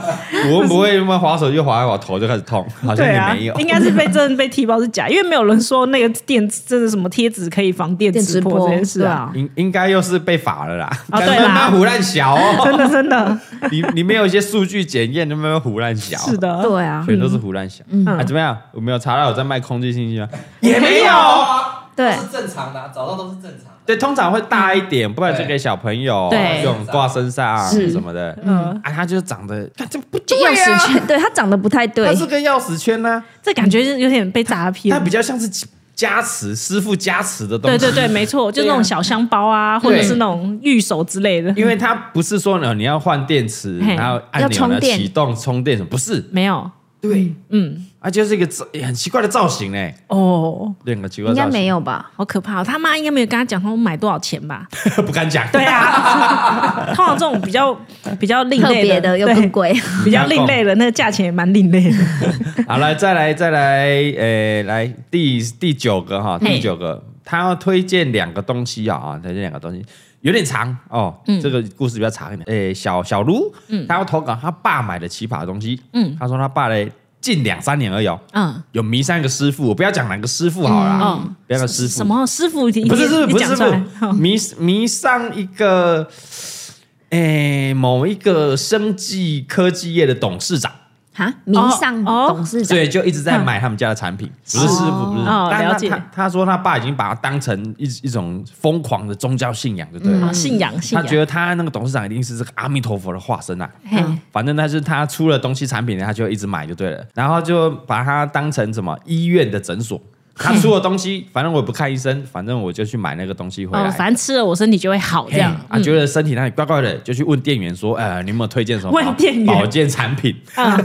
A: 我们不会那么滑手就滑一滑，头就开始痛，好像
C: 对
A: 也
C: 啊，
A: 没有。
C: 应该是被真的被踢爆是假，因为没有人说那个电真的什么贴纸可以防电
B: 电
C: 磁
B: 磁
C: 波
B: 波
C: 这件事啊，
A: 应应该又是被罚了啦，
C: 哦对啦
A: 干嘛胡乱小哦，
C: 真的真的
A: 你你没有一些数据检验，他妈胡乱小，
C: 是的，
B: 对啊，
A: 全都是胡乱想。啊，怎么样？我没有查到有在卖空气清新吗？也
C: 没有
D: 啊，
B: 对
D: 都是正常的啊，找到都是正常的。
A: 对，通常会大一点，不然就给小朋友
C: 对
A: 用挂身上啊
B: 是
A: 什么的。
C: 嗯
A: 嗯，啊，它就是长得，它这不对
B: 钥
A: 啊
B: 匙圈，对它长得不太对
A: 它，是个钥匙圈呢，
C: 这感觉是有点被诈骗
A: 它。比较像是加持师傅加持的东
C: 对
A: 西。
C: 对对，没错，就
A: 对啊
C: 那种小香包啊，或者是那种玉手之类的，
A: 因为它不是说呢，你要换电池，
C: 嘿
A: 然后按
B: 要
A: 钮
B: 充
A: 呢
B: 电
A: 启动充电什么，不是？
C: 没有，
A: 对，
C: 嗯，
A: 啊，就是一个造很奇怪的造型哎，
C: 哦，
A: 两个奇怪
B: 应
A: 的
B: 该
A: 造型，
B: 没有吧？
C: 好可怕哦！他妈应该没有跟他讲他我买多少钱吧？
A: 不敢讲。
C: 对啊， 通常这种比较比较另
B: 特
C: 类
B: 别的又
C: 对
B: 更贵，
C: 比较另类的，那个价钱也蛮另类的。
A: 好来，再来，再来，呃，来第第九个哈，
C: 嘿
A: 第九个，他要推荐两个东西啊啊，推荐两个东西，有点长哦，
C: 嗯
A: 这个故事比较长一点。诶，小小卢，他要投稿他爸买的奇葩的东西，
C: 嗯
A: 嗯，他说他爸嘞近两三年而已哦，
C: 嗯，
A: 有迷上一个师傅，我不要讲哪个师傅好了啦，
C: 嗯
A: 不要讲师傅
C: 什，么师傅？你
A: 不是师傅，
C: 你
A: 不
C: 你
A: 是
C: 讲
A: 师
C: 出来哦
A: 傅，迷迷上一个，诶，某一个生技科技业的董事长。
B: 哈，迷上
C: 哦哦
B: 董事长
A: 所，以就一直在买他们家的产品，不是师傅，不是。
C: 嗯哦
A: 但
C: 了
A: 他
C: 解
A: 他他说他爸已经把他当成一一种疯狂的宗教信仰，对不对了？
C: 啊，信仰信
A: 他
C: 仰，
A: 觉得他那个董事长一定是这个阿弥陀佛的化身啊！
C: 嘿
A: 反正他是他出了东西产品，他就一直买就对了，然后就把它当成什么医院的诊所。他出了东西，反正我也不看医生，反正我就去买那个东西回来。
C: 哦，反正吃了我身体就会好这样嗯
A: 嘿。啊，觉得身体哪里怪怪的，就去问店员说：“呃，你有没有推荐什么
C: 问
A: 保
C: 店员
A: 保健产品？”
C: 嗯，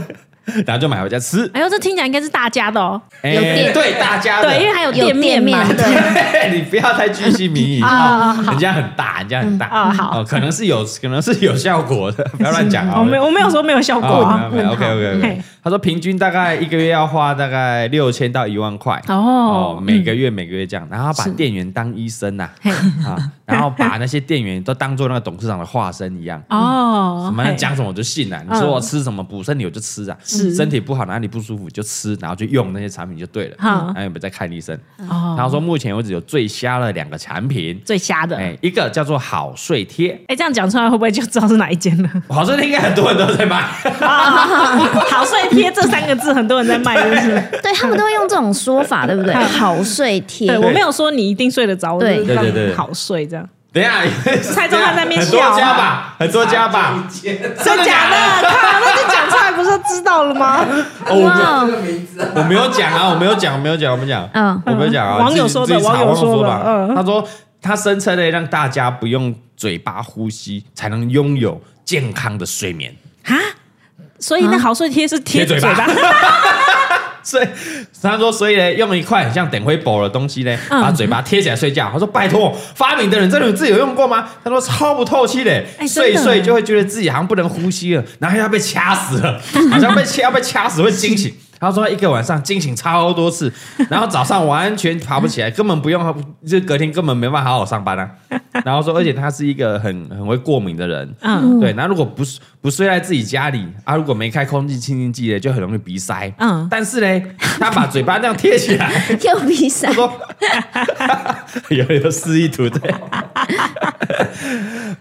A: 然后就买回家吃。
C: 哎呦，这听起来应该是大家的哦，
A: 哎
B: 有 店
A: 对大家的
C: 对，因为还有
B: 有店
C: 面嘛
B: 面，对。
A: 你不要太居心民意
C: 啊
A: 哦，人家很大，人家很大
C: 啊好
A: 哦，可能是有，可能是有效果的，不要乱讲啊。
C: 我没有我没有说没有效果啊
A: 哦，没有，OK OK
C: 嘿
A: OK。他说平均大概一个月要花大概六千到一万块
C: 哦
A: 每个月每个月这样，然后把店员当医生呐
C: 嘿
A: 啊，然后把那些店员都当做那个董事长的化身一样。
C: 哦，
A: 什么人
C: 嘿嗯
A: 讲什么我就信了、你说我吃什么补身体我就吃啊，
C: 是
A: 身体不好哪里不舒服就吃，然后就用那些产品就对了，嗯
C: 好
A: 然后也不再看医生。
C: 哦，
A: 他说目前为止有最瞎的两个产品，
C: 最瞎的。
A: 哎，一个叫做好睡贴，
C: 哎，这样讲出来会不会就知道是哪一间 了？
A: 好睡贴应该很多人都在买，
C: 好睡贴这三个字，很多人在卖，是不 是？
B: 对他们都会用这种说法，对不对？好睡贴
C: 对，我没有说你一定睡得着，我就是
B: 对
C: 让
A: 对对
C: 你
A: 对
C: 好睡这样。
A: 等一下，
C: 蔡宗翰在那边
A: 很多
C: 笑啊
A: 家吧，很多家吧，
D: 一间，
C: 真的假 的？靠，那就讲出来不是就知道了吗？
A: 哦，我没有
D: 这个名字啊，
A: 我没有讲啊，我没有讲，我没有讲，我没有讲，
B: 嗯
A: 我没有讲啊，
C: 网友
A: 自己
C: 说的
A: 自己查
C: 网友
A: 网友
C: 说的
A: 吧
C: 嗯
A: 他说他声称呢，让大家不用嘴巴呼吸才能拥有健康的睡眠。
C: 啊，所以那好睡贴是贴着
A: 啊贴嘴
C: 巴
A: 巴， 所以他说，所以呢，用一块很像等灰宝的东西呢，
C: 嗯
A: 把嘴巴贴起来睡觉。他说，拜托，发明的人真的有自己有用过吗？他说超不透气的，
C: 哎
A: 睡一
C: 真的
A: 睡就会觉得自己好像不能呼吸了，然后要被掐死 了，好像被掐要被掐死会惊醒。他说一个晚上惊醒超多次，然后早上完全爬不起来，根本不用，就隔天根本没办法好好上班啊。然后说，而且他是一个很很会过敏的人，
C: 嗯
A: 对，那如果不是不睡在自己家里啊，如果没开空气清新剂呢，就很容易鼻塞。
C: 嗯
A: 但是呢，他把嘴巴这样贴起 来，
B: 跳比赛
A: 他说 有有示意图对，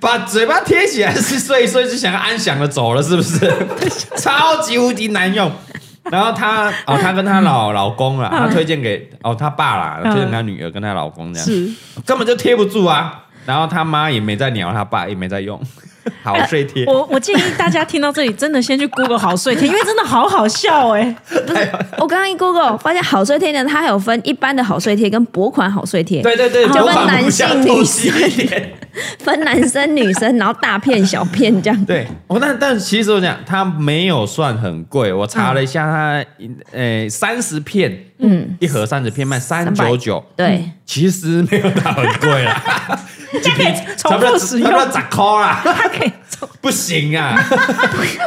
A: 把嘴巴贴起来是睡一睡就想要安详的走了，是不 是？超级无敌难用。然后她哦，她跟她
C: 嗯
A: 老老公啊，她推荐给哦她爸啦，推荐给她女儿跟她老公这样，
C: 是
A: 根本就贴不住啊。然后他妈也没在鸟，他爸也没在 用，好睡贴。
C: 我我建议大家听到这里，真的先去 Google 好睡贴，因为真的好好笑哎、
B: 不是，我刚刚一 Google 发现好睡贴呢，它还有分一般的好睡贴跟薄款好睡贴，
A: 对对
C: 啊
A: 对，
B: 就
A: 头
B: 跟
A: 发
B: 男
A: 不像
B: 性
A: 透
B: 女
A: 析一 点。
B: 分男生女生，然后大片小片这样。
A: 对，哦，但但其实我讲，它没有算很贵，我查了一下，它呃三十片，嗯，一盒三十片卖三九九，
B: 对，
A: 其实没有到很贵啦，
C: 这样可以
A: 差
C: 重
A: 不多
C: 复使用
A: 差，不多十块啦，
C: 它可以 重，
A: 不行啊，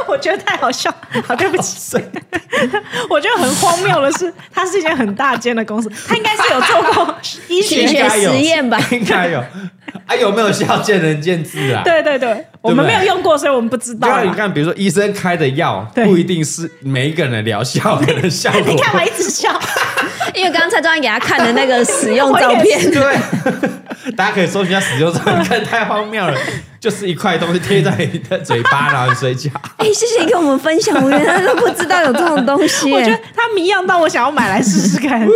C: 我觉得太好笑， 好对 不起。我觉得很荒谬的是，它是一间很大间的公司，它应该是有做过医
B: 医 学
C: 学
A: 应该有
B: 实验吧
A: 应该 有，啊有没有效见仁见智啊，
C: 对对对，我们没有用过，所以我们不知道
A: 就像你
C: 啊。
A: 看，比如说医生开的药，
C: 对
A: 不一定是每一个人的疗效，可能效果
C: 你干嘛一直笑？
B: 因为刚刚蔡庄给他看的那个使用照
C: 我也
B: 片，
A: 对， 大家可以搜寻一下使用上，你看太荒谬了，就是一块东西贴在你的嘴巴，然后你睡觉。
B: 哎、谢谢你跟我们分享，我原来都不知道有这种东西、
C: 我觉
B: 哎
C: 得它迷样到我想要买来试试 看。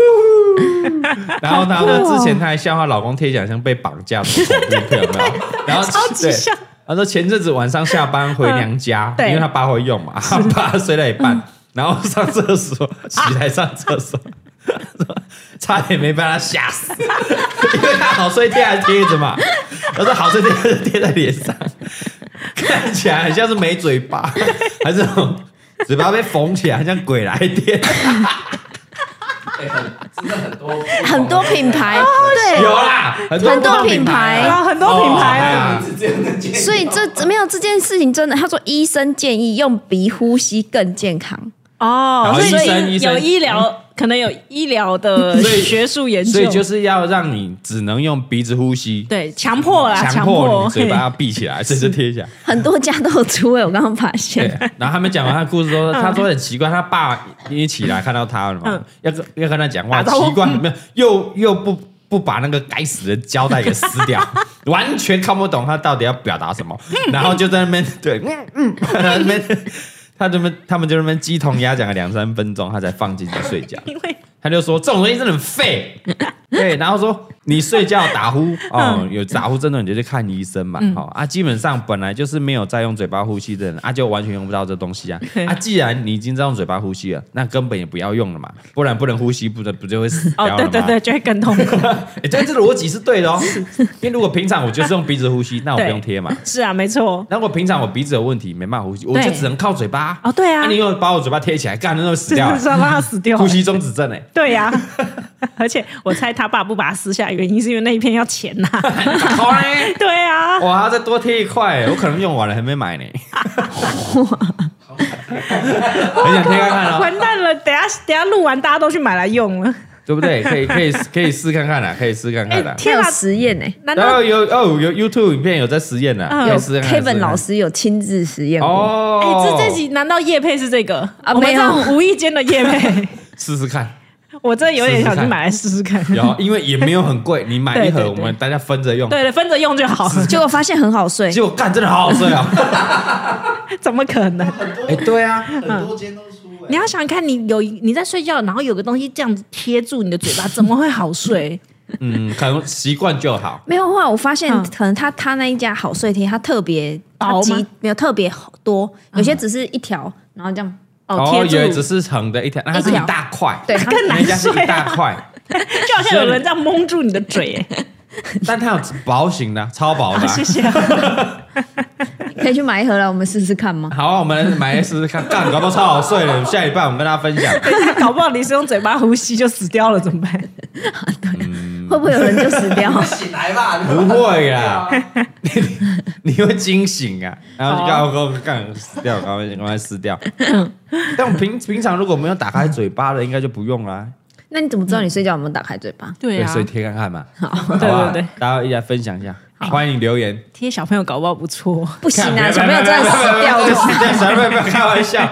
A: 然后她说之前她还笑她老公贴奖像被绑架的恐怖片，有没有？然后
C: 超级
A: 对
C: 像
A: 她说前阵子晚上下班回娘家，
C: 嗯
A: 因为她爸会用 嘛，她爸睡到一半，然后上厕所起来上厕所。 差点没被他吓死， 因为他好睡贴还贴着嘛，我说好睡贴是贴在脸 上，看起来很像是没嘴巴，还是那种嘴巴被缝起来，很像鬼来贴。
D: 哎很真的很多
B: 很多品牌，对
A: 有，啦，很多
B: 很多
A: 不同
B: 品牌
A: 啊
C: 啊很多品牌啊
A: 哦哎呀
D: 是这样的建议，
B: 所以这没有这件事情真的，他说医生建议用鼻呼吸更健康。
C: 哦
A: 好
C: 所以
A: 医生医生
C: 有医疗，可能有医疗的
A: 所以
C: 学术研究，
A: 所以就是要让你只能用鼻子呼吸，
C: 对强迫啦，
A: 强
C: 强
A: 迫你嘴
C: 嘿
A: 巴要闭起 来，甚至贴一下。
B: 很多家都有出位，我刚刚发
A: 对
B: 现。，
A: 然后他们讲完他的故事之后，他说很奇怪，他爸一起来看到他了嘛
C: 嗯，
A: 要跟要跟他讲话，
C: 打招呼
A: 奇怪，没有又又不不把那个该死的胶带给撕 掉，完全看不懂他到底要表达什么，然后就在那边对，嗯 嗯，在那边。他这边，他们就在那边鸡同鸭讲了两三分钟，他才放进去睡觉。
C: 因为
A: 他就说这种东西真的很 废，对，然后说你睡觉打呼
C: 嗯
A: 哦，有打呼症状你就去看医生嘛，好、啊，基本上本来就是没有在用嘴巴呼吸的人啊，就完全用不到这东西 啊，啊，既然你已经在用嘴巴呼吸了，那根本也不要用了嘛，不然不能呼吸，不然不就会死掉
C: 哦
A: 了，嘛？
C: 对对对，就会更痛苦。
A: 诶但这个逻辑是对的 哦，因为如果平常我就是用鼻子呼吸，那我不
C: 对
A: 用贴嘛。
C: 是啊，没错。
A: 那我平常我鼻子有问题，没办法呼吸，我就
C: 对
A: 只能靠嘴巴。
C: 哦对啊
A: 那、你又把我嘴巴贴起来，干，那就死
C: 真
A: 掉
C: 的
A: 了
C: 是，要哦让他死掉。
A: 呼吸中止症哎、
C: 对呀、而且我猜他爸不把它撕下来，原因是因为那一片要钱呐、
A: 好嘞。
C: 对 啊，
A: 我还要再多贴一块，我可能用完了还没 买呢。很想贴看 看哦，
C: 完蛋了！等一下等一下录完，大家都去买来用了。
A: 对不对？可以可以可以试看看啦，可以试看看啦。
C: 天啊
B: 还有实验欸呢、
C: 难
A: 然
C: 道
A: 后有哦有 YouTube 影片有在实验呢，
C: 嗯
A: 可
B: 有
A: 以试看看
B: Kevin 老师有亲自实验
A: 试看看
B: 过。
A: 哦，
C: 哎、这这集难道叶配是这个？
B: 啊
C: 我们
B: 没有
C: 这种无意间的叶 配，
A: 试试看，
C: 我真的有点想
A: 试试
C: 去
A: 看
C: 买来试试看。
A: 有因为也没有很贵，你买一
C: 对
A: 盒，
C: 对
A: 我
C: 对
A: 们大家分着用。
C: 对了，分着用就好了，
B: 结果发现很好睡，
A: 结果干真的好好睡 哦。
C: 怎么可能？
D: 很多
A: 哎，对啊，
D: 很多间都
B: 嗯
D: 出哎
C: 你要想看，你有你在睡觉，然后有个东西这样子贴住你的嘴巴，怎么会好睡？
A: 嗯，可能习惯就好。
B: 没有后来我发现
C: 嗯
B: 可能他他那一家好睡贴，他特别
C: 薄
B: 他
C: 吗
B: 集没有特别多，有些只是一条，然后这样
C: 哦，贴
A: 有只
C: 住，
A: 是横的一条，那它是
B: 一
A: 一
B: 条
A: 大块，
B: 对它
C: 更
A: 那
C: 难
A: 一家是
C: 睡
A: 一大
C: 啊！
A: 块，
C: 就好像有人这样蒙住你的嘴、哎
A: 但它有薄型的，超薄的啊、
C: 谢谢。
B: 可以去买一盒来我们试试看吗？
A: 好啊，我们买来试试看，干，搞不好超好睡的。下礼拜我们跟大家分 享。
C: 搞不好你是用嘴巴呼吸就死掉了，怎么办？
B: 会不会有人就死掉？
D: 醒来吧，
A: 不 会
D: 啊
A: 啦，你会惊醒啊，然后就干干干撕掉，赶快赶快撕掉。但我平平常如果没有打开嘴巴的，应该就不用啦。
B: 那你怎么知道你睡觉有没有打开嘴巴？
C: 对啊
A: 所，以贴看看嘛。好，
C: 对对对，，
A: 大家一起来分享一下，欢迎留言。
C: 贴小朋友搞不好不错。
B: 不行啊，
A: 看
B: 小朋友真的死掉
A: 不要不
B: 了。
A: 要不要不要不要不要不要不要开玩笑。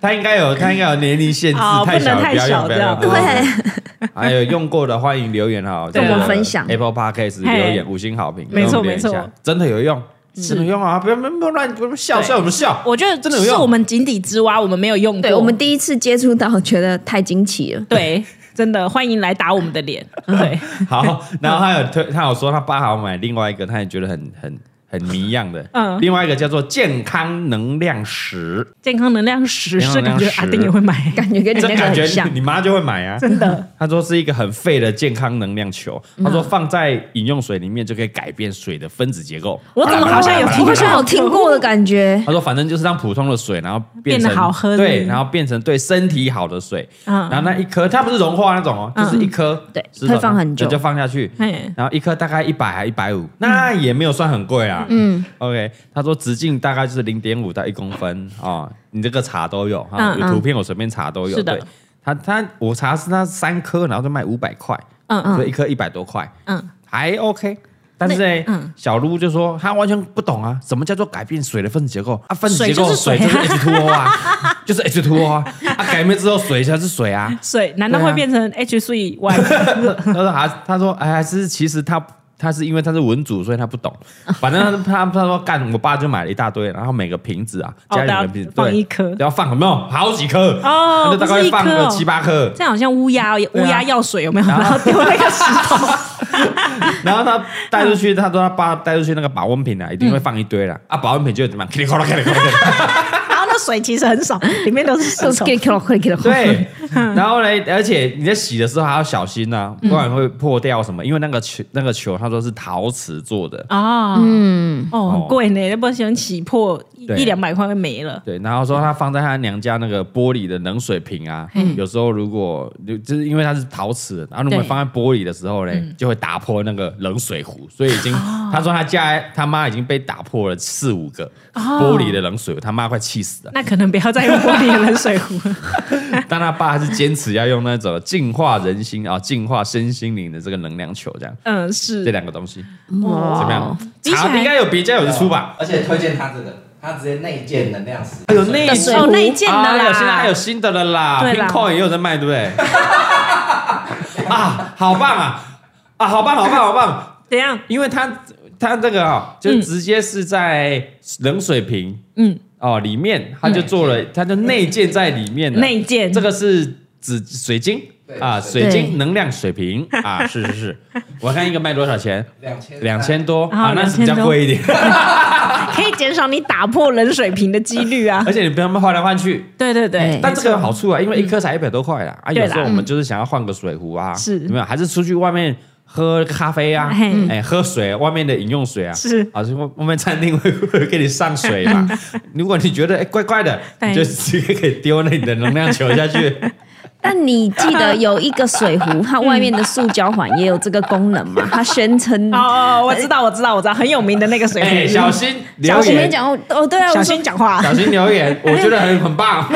A: 他应该有，他应该有年龄限制
C: 哦，
A: 太小
C: 不
A: 了，
C: 能太
A: 不要用，
C: 小
A: 不要用。
C: 这
A: 不要用
B: 对，
A: 还有哎用过的，欢迎留言哈，
C: 跟
A: 在
C: 我们
B: 分享
A: Apple Podcast
C: 啊嘿
A: 留言五星好评，
C: 没
A: 跟
C: 错
A: 我们留言一下
C: 没错，
A: 真的有用，真的有用啊！不要不要不要乱不要笑
C: 对
A: 笑什么笑？
C: 我觉得
A: 真的有
C: 是
A: 用
C: 我们井底之蛙，我们没有用过。
B: 对我们第一次接触到，觉得太惊奇了。
C: 对真的欢迎来打我们的脸。对，
A: 好，然后他有推，他有说他爸好买另外一个，他也觉得很很很迷样的，
C: 嗯
A: 另外一个叫做健康能量石，
C: 健康能量石
A: 健康
C: 是
A: 能
C: 感
A: 量
C: 觉
A: 石
C: 阿丁也会买，
B: 感觉跟
C: 哎
B: 你
A: 这
B: 那个
A: 感觉
B: 很像
A: 你，你妈就会买啊。
C: 真 的。嗯
A: 他说是一个很废的健康能量球，他说放在饮用水里面就可以改变水的分子结构。
C: 我怎么好像有
B: 我
C: 听
B: 好
C: 过？
B: 像有听过的感觉。
A: 他说反正就是让普通的水，然后变成
C: 变得好喝
A: 对，然后变成对身体好的水。
C: 嗯
A: 然后那一颗它不是融化那种哦，
C: 嗯
A: 就是一颗，
B: 对
A: 石头
B: 会放很久
A: 对就放下去
C: 嘿，
A: 然后一颗大概一百还一百五，那也没有算很贵啊。嗯，OK，他说直径大概就是零点五到一公分哦，你这个查都有哈，
C: 嗯
A: 有
C: 嗯
A: 图片我随便查都有。
C: 是的
A: 对，他他我查是他三颗，然后就卖五百块，
C: 嗯
A: 所以
C: 嗯
A: 一颗一百多块，
C: 嗯，
A: 还 OK。但是呢，
C: 嗯
A: 小鹿就说他完全不懂啊，什么叫做改变水的分子结构啊？分子结构
C: 水
A: 水
C: 就
A: 就是是
C: 水
A: H2O 啊，就是 H2O 啊，啊改变之后水才是水啊。
C: 水难道
A: 对啊
C: 会变成 H 3 E Y？
A: 他说还他说哎，还是其实他他是因为他是文主，所以他不懂。反正他他他说干，我爸就买了一大堆，然后每个瓶子啊，
C: 哦
A: 家里
C: 都要
A: 每个瓶子
C: 放
A: 对
C: 一颗
A: 都要放有没有好几颗
C: 哦
A: 他就大
C: 不
A: 概
C: 是一
A: 放
C: 颗
A: 了
C: 哦
A: 七八颗。
C: 这样好像乌鸦乌
A: 啊
C: 鸦药水有没有？然后丢那个石头，
A: 然后他带出去，他说他爸带出去那个保温瓶啊，一定会放一堆啦。啊，保温瓶就怎么样，噼里啪啦噼里啪啦噼里啪啦
C: 然后那水其实很少，里面都是石
B: 都是
C: 头。
B: 给 k i l
A: 对，然后呢，而且你在洗的时候还要小心呐、不然会破掉什么。因为那个球，那个球，他说是陶瓷做的。
C: 啊，嗯，哦，很贵呢，要不然想起破一
A: 对
C: 一两百块会没了。
A: 对，然后说他放在他娘家那个玻璃的冷水瓶啊，有时候如果就就是因为它是陶瓷的，啊然后如果
C: 对
A: 放在玻璃的时候呢，就会打破那个冷水壶，所以已经他说他家他妈已经被打破了四五个玻璃的冷水壶，他妈快气死 了。
C: 那可能不要再用玻璃的冷 水壶，
A: 但他爸还是坚持要用那种净化人心啊、净化身心灵的这个能量球，这样
C: 嗯，
A: 这
C: 是嗯
A: 两个东西。
B: 哇
A: 怎么样？
C: 哦比起
A: 查
C: 来
A: 应该有别家有的出吧？？
D: 啊而且推荐他这个，他直接内建能量石，
A: 有内
B: 水壶
C: 哦内建的
A: 哎
C: 啦
A: 呦现在还有新的了啦
C: 对啦
A: ，Pincoin 也有在卖，对不对？啊，好棒啊！啊，好棒，好棒，好棒！
C: 怎样？
A: 因为它它这个啊、就直接是在冷水瓶，
C: 嗯，
A: 哦，里面它就做了，它就内建在里面了。
C: 内建
A: 这个是紫水晶
D: 对
A: 啊，
D: 水
A: 水
B: 晶
A: 晶能量水 瓶啊，是是是，我看一个卖多少钱？
D: 两千
A: 两千多
C: 啊
A: 啊，那是比较
C: 2000多
A: 贵一点，
C: 可以减少你打破冷水瓶的几率啊
A: 而！且你不要换来换去，
C: 对对对
B: 哎，
A: 但这个有好处啊，因为一颗才一百多块啦，啊，
C: 嗯对
A: 有
C: 啦嗯
A: 时候我们就是想要换个水壶啊，
C: 是
A: 有没有？还是出去外面喝咖啡啊，
C: 嘿
A: 哎，喝水，外面的饮用水啊，
C: 是
A: 啊，就外外面餐厅会会给你上水嘛。 如果你觉得哎怪怪的，
C: 对
A: 你就直接可以丢那你的能量球下 去。
B: 但你记得有一个水壶，它外面的塑胶环也有这个功能嘛？它宣称
C: 哦哦，我知道，我知道，我知道，很有名的那个水
A: 哎，
C: 瓶，哎
A: 小心留
B: 我没
A: 言，
B: 讲过哦，对啊，
C: 小
B: 我说
C: 心讲话。
A: 小心留 言，我觉得很很棒。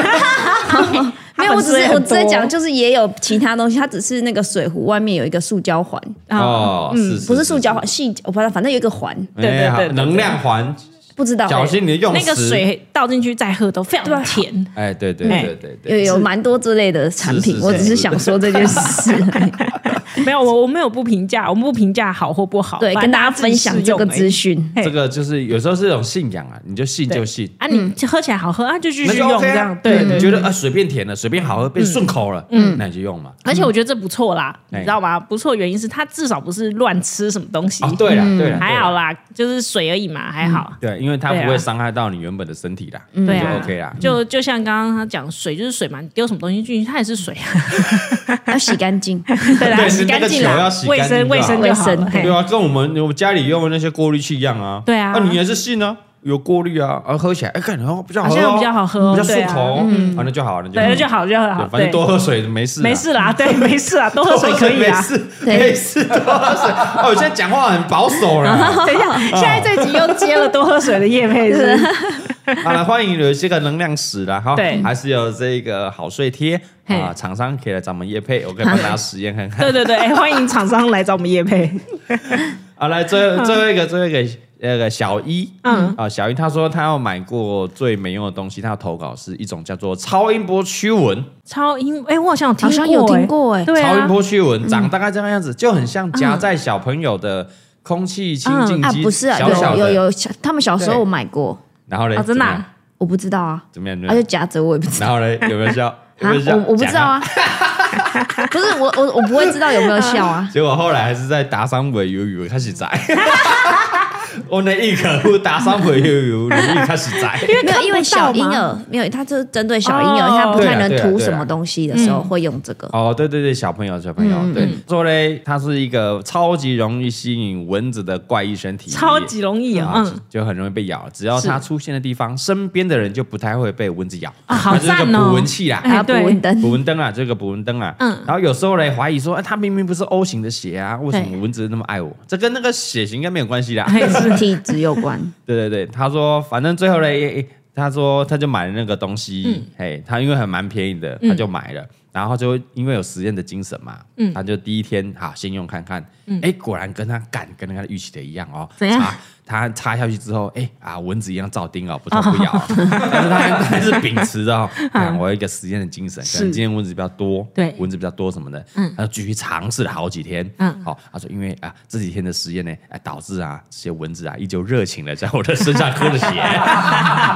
B: 没有，我只是我只
C: 在
B: 是讲，就是也有其他东西，它只是那个水壶外面有一个塑胶环，
C: 啊嗯
A: 哦，是
B: 不是塑胶，环，细我不知道，反正有一个环，
A: 是
C: 对对
A: 哎好
C: 对对对
A: 能量环，
B: 不知道
A: 小心你的用
C: 那个
A: 词。
C: 水倒进去再喝都非常甜。
A: 哎，对对
C: 哎
A: 对对
B: 有
A: 对，
B: 有蛮多之类的产
A: 是
B: 品
A: 是，是
B: 我只是想说这件事。
A: 啊
C: 没有，我我没有不评价，我们不评价好或不好，
B: 对，
C: 反
B: 跟
C: 正
B: 大家
C: 大自己
B: 分享
C: 试
B: 这
C: 用
B: 个
C: 而已
B: 资讯。
C: 嘿
A: 这个就是有时候是一种信仰啊，你就信
C: 对
A: 就信。
C: 啊，你喝起来好喝啊，就继
A: 嗯那
C: 续
A: 就
C: 用
A: OK
C: 这
A: 啊
C: 样，对
A: 你
C: 对。
A: 觉得啊水变甜了，水变好喝，变顺口了，嗯，那你就用嘛。
C: 而且我觉得这不错啦，你
A: 哎
C: 知道吗？不错，原因是它至少不是乱吃什么东西
A: 哦，，对了，对了，
C: 嗯
A: 嗯
C: 还好
A: 了，
C: 啦，就是水而已嘛，还好。
A: 对，因为它
C: 对啊
A: 不会伤害到你原本的身体啦，
C: 对
A: 就
C: 啊
A: OK 啦。嗯
C: 就就像刚刚他讲，水就是水嘛，你丢什么东西进去，它也是水啊，
B: 要洗干净。
C: 对啦，
A: 对
C: 洗
A: 那
C: 干净
A: 个球
C: 啦
A: 要洗，干净就
C: 卫
A: 好
C: 生卫生就好
B: 卫
C: 了
B: 生。
C: 嘿
A: 对啊，跟我们我们家里用的那些过滤器一样啊。
C: 对啊
A: 那你也是信啊，有过滤啊，啊喝起来哎，感觉好像比较好喝哦，
C: 好像比较好喝哦
A: 比较顺
C: 对啊
A: 口哦，啊那就好，那
C: 对，就
A: 好，
C: 好就好，
A: 对反正
C: 对
A: 多喝水没事啊，
C: 没事 啦，对，没事啦，多喝
A: 多
C: 水
A: 喝
C: 可以
A: 没
C: 啊。
A: 事，没事，多喝 水。哦，我现在讲话很保守啦。
C: 等一
B: 哦
C: 下，现在这集又接了多喝水的叶配是不是
A: 好了，欢迎有这个能量史啦，哈，
C: 对
A: 还是有这个好睡贴
C: 嘿
A: 啊，厂商可以来找我们叶配，我可以帮大家实验看看。
C: 对对 对，哎欢迎厂商来找我们叶配。
A: 好，来最
B: 嗯
A: 后最后一个最后一个那个小一。
C: 嗯，
A: 啊，小一他说他要买过最没用的东西，他要投稿是一种叫做超音波驱蚊，
C: 超音，哎，我好像有听
B: 好
C: 过，
B: 像有听过
C: 哎，
B: 哎，
C: 对
A: 超音
C: 啊，
A: 波驱蚊
B: 嗯
A: 长大概这个样子，就很像夹在小朋友的空气清净
B: 啊
A: 机，
B: 不是啊，
A: 小小
B: 有有
A: 的，
B: 有，小他们小时候我买过，
A: 然后嘞，
C: 哦真的啊
B: 我不知道啊，
A: 怎么样？怎么
B: 他
A: 样
B: 就？夹着我也不知道
A: 然后嘞，有没有笑？有没有笑？
B: 啊我我不知道啊，
A: 啊
B: 不是我我我不会知道有没有笑啊。
A: 结果后来还是在打伤尾游游开始摘。 我那一客户打伤尾游游，容易开始摘。
C: 为
B: 没有，因为小婴
C: 嗯看不到
B: 儿没有，它就是针对小婴儿，
C: 哦嗯
B: 他不太能
A: 对啊对啊
B: 涂
A: 对啊
B: 什么东西的时候会用这个。
A: 哦，对对对，小朋友小朋友，
B: 嗯
A: 对，说嘞，它是一个超级容易吸引蚊子的怪医身体，
C: 超级容易啊，
A: 啊
C: 嗯，
A: 就很容易被咬。只要它出现的地方，身边的人就不太会被蚊子咬。
C: 啊好
A: 它就是
C: 赞
A: 个
C: 哦
A: 捕蚊器啦，
B: 还有
C: 哎
B: 捕
C: 对
B: 蚊灯，
A: 捕蚊灯啊，这个捕蚊灯啊。
C: 嗯
A: 然后有时候嘞，怀疑说，哎，它明明不是 O 型的血啊，为什么
B: 对
A: 蚊子那么爱我？这跟那个血型应该没有关 系啦。
C: 哎
B: 跟体质有 关。
A: 对对对，他说反正最后
C: 嗯
A: 嘞，他说他就买了那个东西，嘿，他因为还蛮便宜的，他就买了。然后就因为有实验的精神嘛，
C: 嗯
A: 他就第一天好先用看看，哎，果然跟他赶跟他预期的一样哦。
C: 怎样
A: 插？他插下去之后，哎啊，蚊子一样照叮哦，不痛不咬。但是他还还是秉持 着哦，看我有一个实验的精神，可能
C: 是
A: 今天蚊子比较多，
C: 对
A: 蚊子比较多什么的，嗯，他就继续尝试了好几天，嗯，
C: 嗯
A: 好，他说因为啊这几天的实验呢，哎导致啊这些蚊子啊依旧热情的在我的身上喝了血，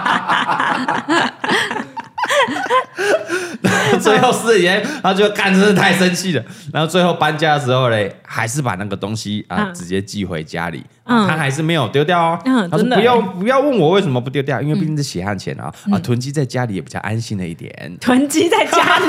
A: 最后四天，他就干真是太生气了，然后最后搬家的时候嘞，还是把那个东西啊
C: 嗯
A: 直接寄回家里，啊
C: 嗯
A: 他还是没有丢掉哦，
C: 嗯
A: 他说
C: 真的嗯
A: 不要不要问我为什么不丢掉，因为毕竟是血汗钱啊，啊囤积在家里也比较安心了一点，
C: 囤积在家里，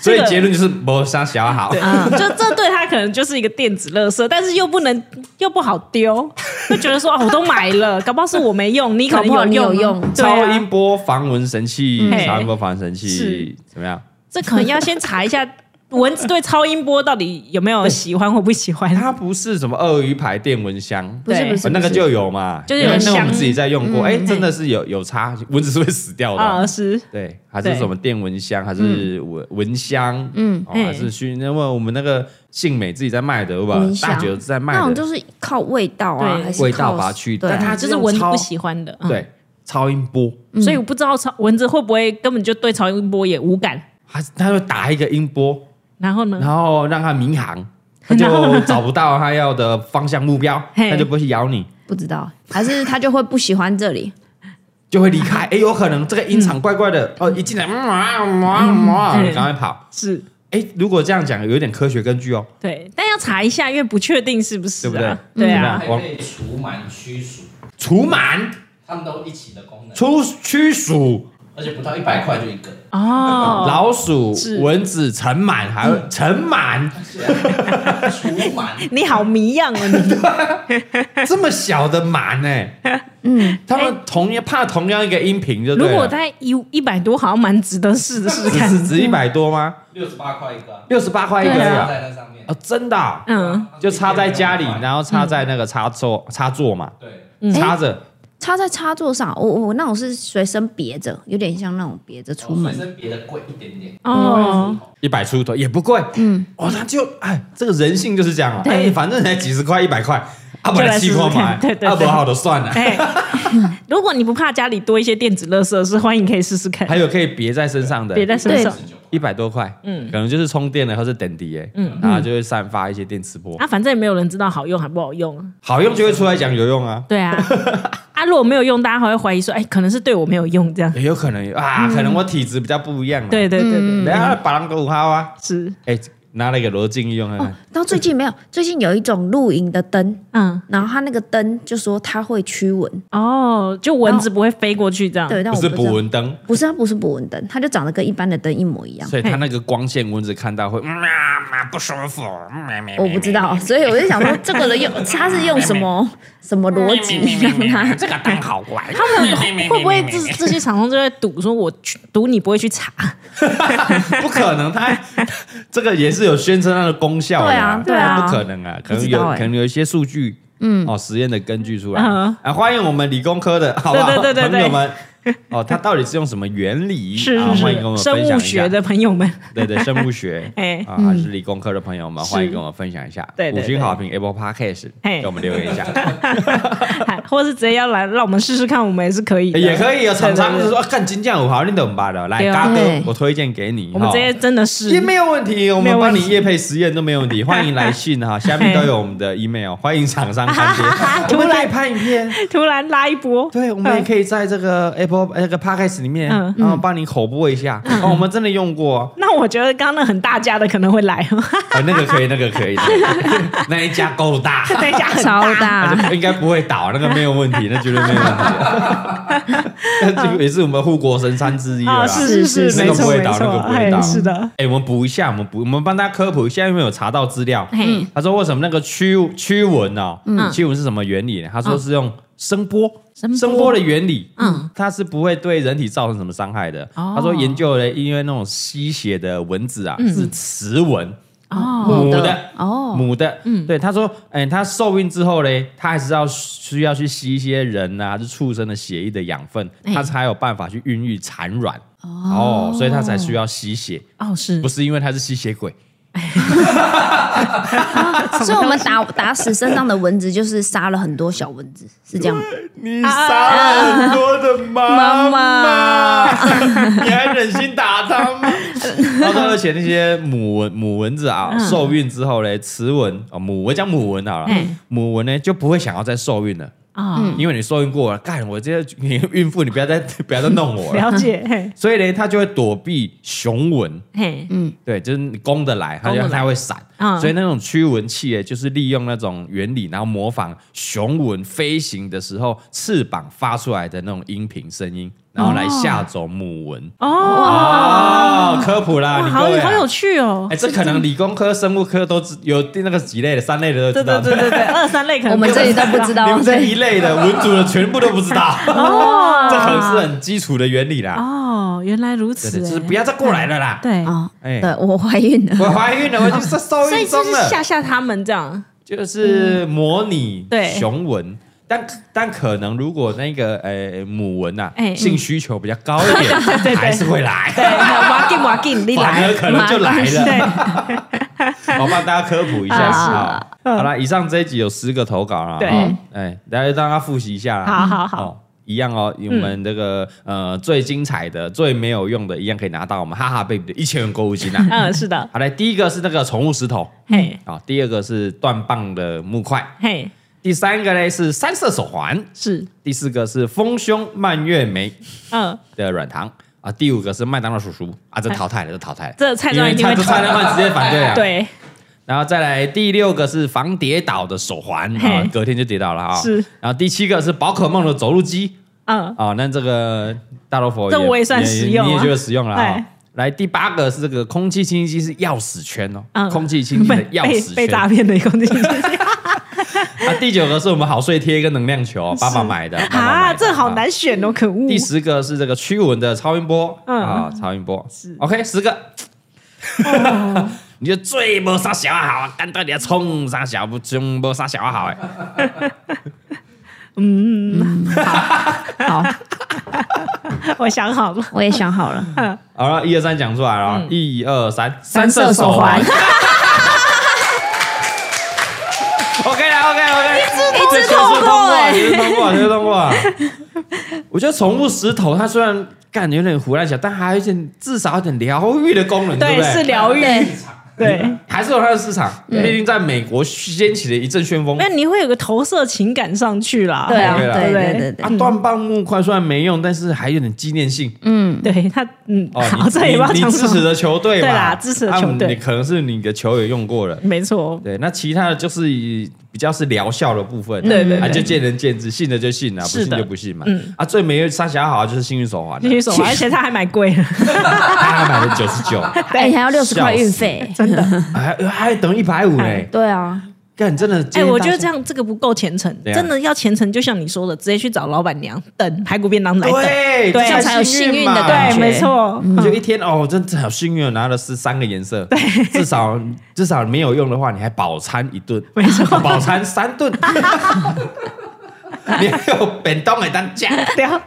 A: 所以
C: 这个
A: 结论就是没伤小好。
C: 嗯 就这对他可能就是一个电子垃圾，但是又不能又不好丢，就觉得说哦，我都买了，搞不好是我没用，你可能
B: 搞不好你有
C: 有用啊，
B: 用
C: 对
A: 超
C: 啊
A: 音波防蚊神器，
C: 嗯
A: 超音波防蚊神器
C: 是
A: 怎么样？
C: 这可能要先查一下蚊子对超音波到底有没有喜欢或不 喜欢。
A: 它不是什么鳄鱼牌电蚊香，
B: 不是
C: 对
B: 不是，
A: 哦那个
B: 不是
A: 就有嘛，
C: 就是
A: 因为
C: 有嗯
A: 那我们
C: 香
A: 自己在用过，哎，真的是有有差，蚊子是会死掉
C: 啊，
A: 的。哦
C: 是
A: 对，还是什么电蚊香，还是蚊蚊香，嗯
B: 嗯，
A: 还是去因为我们那个信美自己在卖的，对吧
B: 蚊？香
A: 大九在卖
B: 那种
A: 的，
B: 就是靠味道啊，
C: 对
B: 还是
A: 味道
B: 靠
A: 把它去
B: 对啊，
A: 但它
C: 就是蚊子不喜欢的，嗯，
A: 对，超音波，
C: 嗯所以我不知道超蚊子会不会根本就对超音波也无感。
A: 它它会打一个音波，
C: 然后呢？
A: 然后让它民航，它就找不到它要的方向目标，
C: 嘿
A: 它就不会去咬你，
B: 不知道，还是他就会不喜欢这里。
A: 就会离开。哎，有可能这个音场怪怪的，哦，一进来，嗯啊嗯啊嗯啊，
C: 嗯
A: 赶快跑。
C: 是
A: 哎，如果这样讲，有点科学根据哦，
C: 对，但要查一下，因为不确定是不是、
A: 对
C: 啊，
A: 不对？
C: 对
A: 怎么
C: 啊
A: 样，
D: 还
A: 我
D: 可以除螨驱鼠，
A: 除螨、
D: 它们都一起的功能，
A: 除驱鼠、
D: 而且不到一百块就一个。
C: 哦，
A: 老鼠、
C: 是嗯
A: 蚊子、尘螨，还有尘 螨
D: 除螨，
C: 你好迷样哦，你
A: 这么小的螨呢？ 嗯，他们同样怕同样一个音频，就对
C: 如
A: 了
C: 果大概一一百多，好像蛮值得试的试试看
A: 只。值一百多吗？
D: 六十八块一个啊，
A: 六十八块一个
C: 对
A: 呀
C: 啊
D: 在那上面。
A: 啊，真的啊。
C: 嗯，
A: 就插在家里，
D: 后
A: 然后插在那个插座插座嘛，
D: 对，
C: 嗯
A: 插着
B: 插在插座上，我我那种是随身别着，有点像那种别着出
D: 随
B: 门。
D: 身别的贵一点点。
C: 哦，
A: 一百出头也不贵，嗯，哦，他就哎，这个人性就是这样啊，
C: 对
A: 哎，反正才几十块一百块，啊不
C: 就
A: 然
C: 来试
A: 气
C: 试
A: 泡买
C: 看，对对
A: 啊不
C: 对
A: 好的算了。
C: 哎， 如果你不怕家里多一些电子垃圾的事，欢迎可以试试看
A: 还，有可以别在身上的，
C: 别在身上
B: 对。
A: 一百多块，嗯，可能就是充电了或是等底耶，嗯，然后就会散发一些电磁波，
C: 啊，反正也没有人知道好用还不好用啊。
A: 好用就会出来讲有用啊，
C: 对 啊，啊，如果没有用，大家还会怀疑说，哎，可能是对我没有用这样。
A: 也
B: 嗯
A: 有可能啊，可能我体质比较不一样，
C: 对，对对对，
A: 然后把人都有好啊，
C: 是
A: 哎，拿了一个罗晋用啊看看，
B: 哦然后最近没有， 最近有一种露营的灯，
C: 嗯，
B: 然后它那个灯就说它会驱蚊，
C: 哦，就蚊子不会飞过去这样。
B: 对，但
A: 啊不
B: 我
A: 是
B: 知
A: 捕
B: 道，嗯
A: 蚊灯，
B: 不是它啊不是捕蚊灯，它就长得跟一般的灯一模一样。
A: 所以它那个光线蚊子看到会嗯 啊啊不舒服，嗯咩咩
B: 哦我不知道，所以我就想说，这个人用他是用 什么什么逻辑让他？
A: 这个灯好玩，
C: 他们会不会这这些厂商就在赌说，我去赌你不会去查？
A: 不可能，它 这个也是有宣称它的功效的嘛，
B: 对啊对啊
A: 它不可能啊，可能
B: 不知
A: 有
B: 道欸
A: 可能有一些数据，嗯，哦，实验的根据出来
C: 嗯
A: 啊，欢迎我们理工科 的，好不好？
C: 对对对对对
A: 朋友们，哦，它到底是用什么原理？
C: 是
A: 啊
C: 是
A: 欢迎跟我
C: 是，
A: 们
C: 生
A: 分享
C: 物
A: 一
C: 学
A: 下。
C: 的朋友们，，
A: 对对，生物学
C: 哎
A: 啊，还是理工科的朋友们，欢迎跟我们分享一下，
C: 对对
A: 五
C: 对
A: 星好评 Apple Podcast，
C: 嘿
A: 给我们留言一 下，
C: 还或者是直接要来让我们试试看，我们也是可以的，
A: 哎也可以有厂商
C: 对对
A: 就
C: 对
A: 说，啊干金匠五好，你怎么办的？来，
C: 对啊
A: 嘎哥
B: 对，
A: 我推荐给你，
C: 我们
A: 哈
C: 这些真的是
A: 也没有问题，我
C: 没
A: 们
C: 有
A: 帮
C: 问题
A: 你业配实验都没有问题， 欢迎来信哈，下面都有我们的 email，欢迎厂商干 爹，我们可以拍影片，
C: 突然拉一波，
A: 对，我们也可以在这个 Apple 那个 Podcast 里面，
C: 嗯
A: 然后帮你口播一下，哦，我们真的用过，
C: 那我觉得刚刚那很大家的可能会来，
A: 呃那个可以，那个可以， 那一家够大，
C: 等一下很
B: 超
C: 大，
B: 大，
A: 应该不会倒，那个没有问题，那绝对没有问题， 那这个也是我们护国神山之一了
C: 啊，
A: 啦。
C: 是是
B: 是
C: 没
A: 那个不
C: 错
A: 会
C: 没
A: 倒那
C: 错
A: 个，不会倒
C: 哎是的，
A: 哎、我们补一下，我们补，我们帮大家科普一下，因为有查到资料，
C: 嘿，
A: 他说为什么那个驱驱蚊哦，驱蚊是什么原理呢？他说是用声波，
C: 嗯声波
A: 的原理，
C: 嗯
A: 它是不会对人体造成什么伤害的。
C: 哦嗯
A: 他说研究了，因为那种吸血的蚊子啊是雌蚊，
C: 哦，
A: 母
B: 的
A: 的
B: 哦，
A: 母的，嗯，对，他说，哎，它受孕之后嘞，它还是要需要去吸一些人啊，还是畜生的血液的养分，
C: 哎
A: 它才有办法去孕育产卵。哦，所以它才需要吸血，
C: 哦是
A: 不，是因为它是吸血鬼。
B: 所以我们打打死身上的蚊子，就是杀了很多小蚊子，是这样吗？
A: 你杀了很多的妈 你还忍心打他吗？ 然后而且那些母蚊母蚊子啊，受孕之后嘞，雌蚊啊、哦母我讲母蚊好了
C: 嗯，
A: 母蚊呢就不会想要再受孕了，
C: 啊，
A: 因为你受孕过了，干我这些你孕妇，你不要再 不要再弄我了。
C: 了解，嘿，
A: 所以呢，它就会躲避雄蚊，
C: 嘿，
A: 对，就是你攻得来，它就
C: 攻得来
A: 它会闪，
C: 嗯
A: 所以那种驱蚊器诶，就是利用那种原理，然后模仿雄蚊飞行的时候翅膀发出来的那种音频声音，然后来吓走母蚊。
C: 哦，
A: 哦，科普啦，
C: 哇
A: 你
C: 好
A: 各位啊
C: 好有趣哦
A: 哎，，这可能理工科、生物科都知有那个几类的，三类的都
C: 对
A: 知道
C: 对。 对对对，二三类可能
B: 我们这里都不知
C: 道，
A: 你
B: 道
A: 们，这一类的文组的全部都不知道，
C: 哦，
A: 这可能是很基础的原理啦。
C: 哦，原来如
A: 对对，，
C: 此
A: 就是
C: 哎
A: 不要再过来了啦。
C: 对，
B: 哦，
A: 哎
B: 对我怀孕了，
A: 我怀孕了，我就是受
C: 所以
A: 孕
C: 就
A: 中
C: 是
A: 了。
C: 吓吓他们这样，
A: 就是模拟
C: 嗯对
A: 雄蚊，但但可能如果那个呃母蚊呐、
C: 哎
A: 性需求比较高一点，
C: 对
A: 还是会
C: 对，
A: 来，
C: 瓦劲瓦劲， 你
A: 反
C: 来
A: 而，可能就来了。
C: 对，
A: 我帮大家科普一下
C: 啊
A: 啊。好了，以上这一集有十个投稿啊，
C: 对
A: 哦哎，大家让他复习一下啦。
C: 好好嗯好
A: 哦。一样哦，我们这个、呃最精彩的、最没有用的，一样可以拿到我们哈哈 baby 的一千元购物金啊。
C: 嗯，是的，
A: 好嘞，第一个是那个宠物石头
C: 嘿，
A: 啊、第二个是断棒的木块，
C: 嘿，
A: 第三个呢是三色手环，
C: 是，
A: 第四个是丰胸蔓越莓
C: 嗯，
A: 的软糖啊，第五个是麦当劳叔叔啊，这淘汰了，这淘汰了，
C: 哎这蔡庄一定
A: 因
C: 会
A: 为蔡
C: 考
A: 蔡老板直接反对啊。，
C: 对，
A: 然后再来第六个是防跌倒的手环啊
C: 嘿，
A: 隔天就跌倒了啊。
C: 是，
A: 然后第七个是宝可梦的走路机
C: 嗯，
A: 啊，那这个大萝佛，
C: 这我也算实用啊
A: 你也觉得实用了啊
C: 哎。
A: 来第八个是这个空气清新机是钥匙圈哦，
C: 嗯
A: 空气清新的
C: 被
A: 钥
C: 被
A: 匙
C: 被
A: 圈
C: 诈骗的一个东西
A: 啊。第九个是我们好睡贴跟能量球，爸爸买的爸爸买
C: 啊，
A: 的
C: 这好
A: 啊
C: 难选哦，可恶
A: 第，十个是这个驱蚊的超音波，
C: 嗯
A: 啊，超音波
C: 是
A: OK，十个。 你就最没啥小孩好啊，干脆你要冲啥小不冲没啥小孩好哎、
B: 好，
C: 我想好了，
B: 我也想好了，
A: 好了，一二三讲出来了，一二三，三
B: 嗯色手环
A: OK 啦，OK OK，
B: 一直通过哎
A: 一直通过，一直通过。我觉得宠物石头它虽 然干有点胡乱想，但还有一点至少有点疗愈的功能，对
C: 对，
A: 不对？
C: 是疗愈，
B: 对，
C: 对，
A: 还是有它的市场，毕竟在美国掀起了一阵旋风。
C: 那你会有个投射情感上去啦。
B: 对啊，
A: OK
B: 对
A: 啦
B: 对
C: 对
B: 对对
A: 啊，断棒木块虽然没用，但是还有点纪念性。
C: 对他，嗯，
A: 哦，
C: 好，
A: 你
C: 这也不要
A: 你
C: 讲
A: 你
C: 什
A: 支持
C: 么。
A: 的球队嘛，
C: 对啦支持的
A: 啊
C: 球队
A: 你可能是你的球也用过了。
C: 没错，
A: 对，那其他的就是以比较是疗效的部分，
C: 嗯对对
A: 啊，
C: 对
A: 就见仁见智，信的就信啊，不
C: 是
A: 信
C: 的
A: 就不信嘛。啊，最没有沙小好就是幸运手环啊，
C: 继续手环，而且它还蛮贵的，
A: 他还买了九十九，
B: 哎，还要六十块
A: 笑死
B: 运费，
C: 真的。
A: 还还等一百五呢。
B: 对啊，
A: 干，真的，今
C: 哎、
A: 天
C: 我
A: 大
C: 觉得
A: 家
C: 这样这个不够虔诚，
A: 怎样
C: 真的要虔诚，就像你说的，直接去找老板娘等排骨便当来嗯等。
A: 对，
C: 对
A: 这
B: 这样才有幸运的
A: 嘛
B: 感觉
C: 对，没错，
A: 就一天哦，真的好幸运，拿了是三个颜色，至少至少没有用的话，你还饱餐一顿，没错，饱餐三顿，你还有便当给当家
C: 对啊。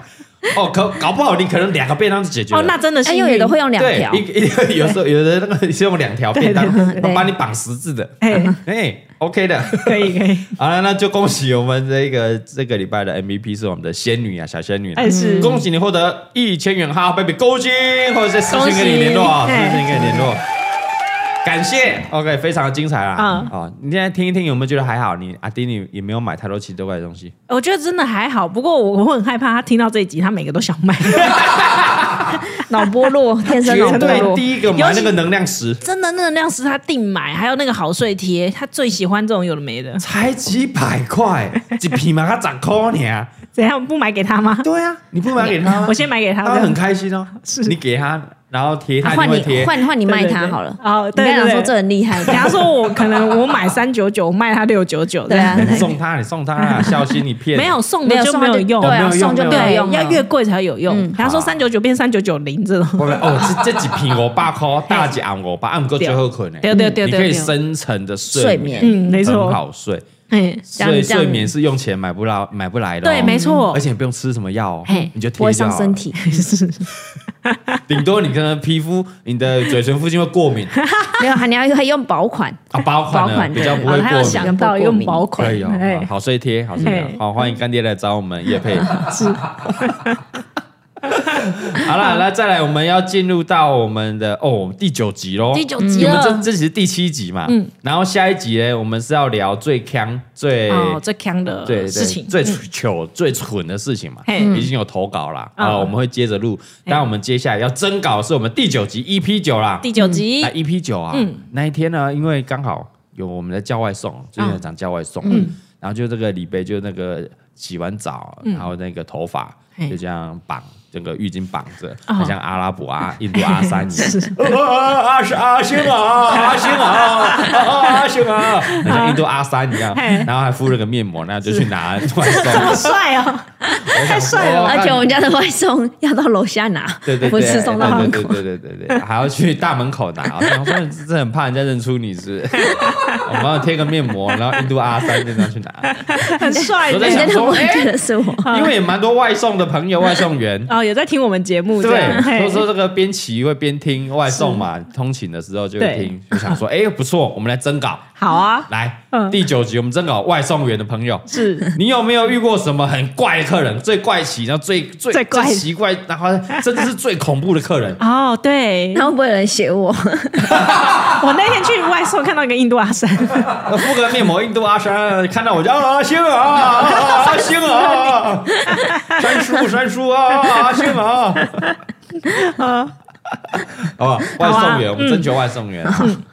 A: 哦，可搞不好你可能两个便当就解决了
C: 哦，那真的是
B: 哎，有有的会用两
A: 对
B: 条，
A: 一一有时候有的那个是用两条便当
C: 对
B: 对对
A: 帮你绑十字的，
C: 哎，
A: 哎，OK 的。
C: 可以可以，
A: 好了，那就恭喜我们这个这个礼拜的 MVP 是我们的仙女啊，小仙女啊。
C: 哎是
A: 恭喜你获得一千元哈贝贝勾金，或者是私信跟你联络啊，
C: 恭
A: 私
C: 喜
A: 信跟你联络。感谢，OK，非常的精彩啊！
C: 嗯
A: 哦，你现在听一听，有没有觉得还好？你阿丁你也没有买太多奇奇怪怪的东西，
C: 我觉得真的还好。不过我我很害怕他听到这一集，他每个都想买，
B: 脑波弱，天生脑
A: 绝
B: 波
A: 对
B: 弱，
A: 第一个买那个能量石，
C: 真的那个量是他定买，还有那个好睡贴，他最喜欢这种有的没的。
A: 才几百块，一匹马它涨块 呢。
C: 怎样不买给他吗？
A: 对啊，你不买给他吗？
C: 我先买给他，
A: 他会很开心哦。
C: 是
A: 你给他，然后贴
B: 啊
A: 他
B: 换
A: 就会
B: 你
A: 贴。
B: 换换你卖
C: 对对
B: 它
C: 对
B: 好了。
A: 啊
C: 哦，
B: 你
C: 对
B: 跟他
C: 对
B: 讲说
C: 对，
B: 这很 厉害，
C: 假如说我可能我买三九九，卖他六九九，
B: 对啊
A: 你送他，你送他 啊，孝心你骗。
C: 没有送
B: 没
C: 的
B: 有
C: 就
B: 送
C: 没
B: 它
C: 有
B: 就
C: 用，
B: 对
A: 没
B: 啊，
A: 有用
B: 送就
A: 没
B: 没
A: 有
B: 有
C: 对
B: 用，
C: 要
B: 了
C: 越贵才有用。他说
A: 好
C: 三九九变三九九零这种，
A: 不然哦，这这几瓶我爸靠，大几按我爸，按不够最后可能。
C: 对对对
A: 你可以
C: 对，
A: 深层的
B: 睡
A: 眠，
B: 眠
C: 嗯，没
A: 很
C: 错，
A: 好睡。
C: 哎，
B: 这样
A: 睡
B: 这样
A: 睡眠是用钱买不到、买不来的哦。
C: 对，没错
A: 而，且不用吃什么药哦
B: 嘿，，
A: 你就
B: 不
A: 贴
B: 会
A: 就
B: 伤
A: 好
B: 身
A: 了。
B: 体。
C: 是
A: 顶多你可能皮肤、你的嘴唇附近会过敏
B: 没有，还你要还用保款，
A: 啊，包款
B: 保
A: 呢
B: 款
A: 比较不
C: 哦
A: 会
C: 他要
A: 过敏。
C: 想到用保款
A: 可以，哦，
C: 哎，
A: 好睡贴，好睡贴
C: 嘿，
A: 好欢迎干爹来找我们叶配。好了，那再来，我们要进入到我们的哦第九集喽。
C: 第嗯九集
A: 我们这
C: 了，
A: 这只是第七集嘛，然后下一集呢，我们是要聊最坑、最、
C: 哦，最强的
A: 嗯对对
C: 事情，
A: 最
C: 嗯
A: 糗、最蠢的事情嘛，
C: 嘿
A: 已经有投稿啦，
C: 嗯
A: 啊、我们会接着录。但我们接下来要征稿是我们第九集 EP 九啦，
C: 第九集
A: 啊，EP 九啊，
C: 嗯
A: 那一天呢，因为刚好有我们的叫外送，最近很常叫外送，
C: 嗯
A: 然后就这个李贝就那个洗完澡，然后那个头发
C: 嗯嘿
A: 就这样绑。整个浴巾绑着，
C: 哦
A: 很像阿拉伯啊、印度阿三一 样， 哦阿是阿星啊，阿星啊，阿星啊，很像印度阿三一样，
C: 嘿
A: 然后还敷了个面膜，那就去拿外送，
C: 这么帅哦，
A: 太
C: 帅了
B: 而且我们家的外送要到楼下拿，
A: 啊对对对，
B: 不是送到门
A: 对
B: 口。
A: 对对对对对，还要去大门口拿。我想说，你真的很怕人家认出你是不是？我们要贴个面膜，然后印度阿三就这样去拿，
C: 很
A: 我
C: 帅的
A: 在
B: 你
A: 想
B: 真的
A: 说哎
B: 不会觉得是我？
A: 因为也蛮多外送的朋友、外送员。
C: 哦，有在听我们节目，这
A: 对，
C: 样嘿
A: 都说这个边骑会边听外送嘛，通勤的时候就会
C: 对
A: 听，就想说，哎，不错，我们来征稿，
C: 好啊，
A: 来
C: 嗯
A: 第九集我们征稿外送员的朋友，
C: 是
A: 你有没有遇过什么很怪的客人？最怪奇，然后最最
C: 最怪？
A: 奇怪，然后甚至是最恐怖的客人
C: 哦，对
B: 然，后不会有人写我，
C: 我那天去外送看到一个印度阿三，
A: 敷个面膜，印度阿山看到我就啊，星啊，啊星啊，山叔山叔啊，啊星啊，好不好？外送员，我们征求外送员，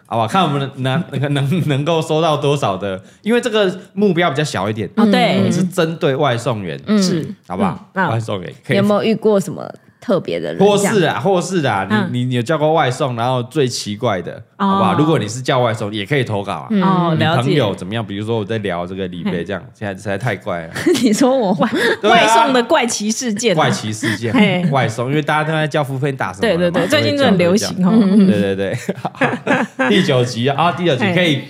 A: 好吧？看我们能能能能够收到多少的，因为这个目标比较小一点，
C: 哦，对
A: 我，是针对外送员，
C: 是
A: 好不好？
C: 嗯好
A: 外送员可以
B: 有没有遇过什么特别的人？
A: 或
B: 这
A: 是
B: 样
A: 啊，或是啊，
C: 嗯
A: 你你你有叫过外送，然后最奇怪的，
C: 哦
A: 好不好？如果你是叫外送，也可以投稿啊。
C: 哦，
A: 你
C: 了
A: 朋
C: 解，
A: 友怎么样？比如说我在聊这个李贝，这样现在实在太怪 了，
B: 你说我
C: 外
A: 对啊
C: 外送的怪奇事件，
A: 怪奇事
C: 嘿
A: 件，外送，因为大家都在叫副片打什么
C: 对
A: 了嘛？
C: 对对，最近
A: 都
C: 这
A: 会
C: 很
A: 叫
C: 流。行
A: 都
C: 哦，
A: 会叫 对对对， 第九集啊，第九集
C: 嘿
A: 可以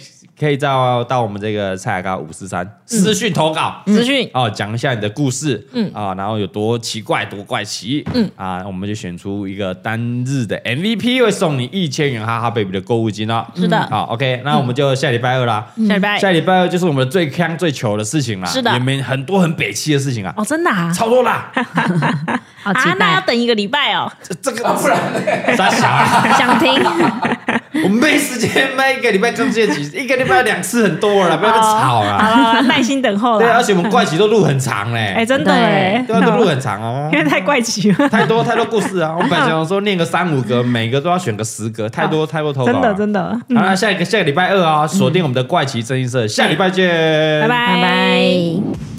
A: 可以到到我们这个蔡雅高五四三私讯投稿，
C: 资嗯讯
A: 哦，讲一下你的故事，嗯啊，然后有多奇怪，多怪奇，嗯啊，我们就选出一个单日的 MVP，会送你一千元哈哈 baby 的购物金哦。
C: 是的嗯
A: 好，OK，那我们就下礼拜二啦。
C: 下礼拜
A: 下礼拜二就是我们最坑最糗的事情啦，
C: 哎是的
A: 也没很多很北气的事情啊，
C: 哦，真的啊，
A: 超多啦。
E: 好期
C: 啊，那要
E: 待。
C: 等一个礼拜哦。
A: 这这个
D: 啊不然呢？
A: 傻小啊！
B: 想听，
A: 我们没时间卖一个礼拜更新几，一个礼拜两次很多了，不要再吵
C: 好
A: 了。
C: 了，耐心等候
A: 对，而
C: 了。
A: 且我们怪奇都录很长
C: 哦哎，
A: 嘞，
C: 真的哎，
A: 对啊，都录很长哦
C: 因。为太怪奇了，
A: 太多太多故事啊！我本来想说念个三五个，每个都要选个十个，太多 太多投稿了。
C: 啊 真的真嗯的。
A: 好了，哦下一个下个礼拜二啊，锁定我们的怪奇真音社，下礼拜见，
C: 拜拜
E: 拜拜。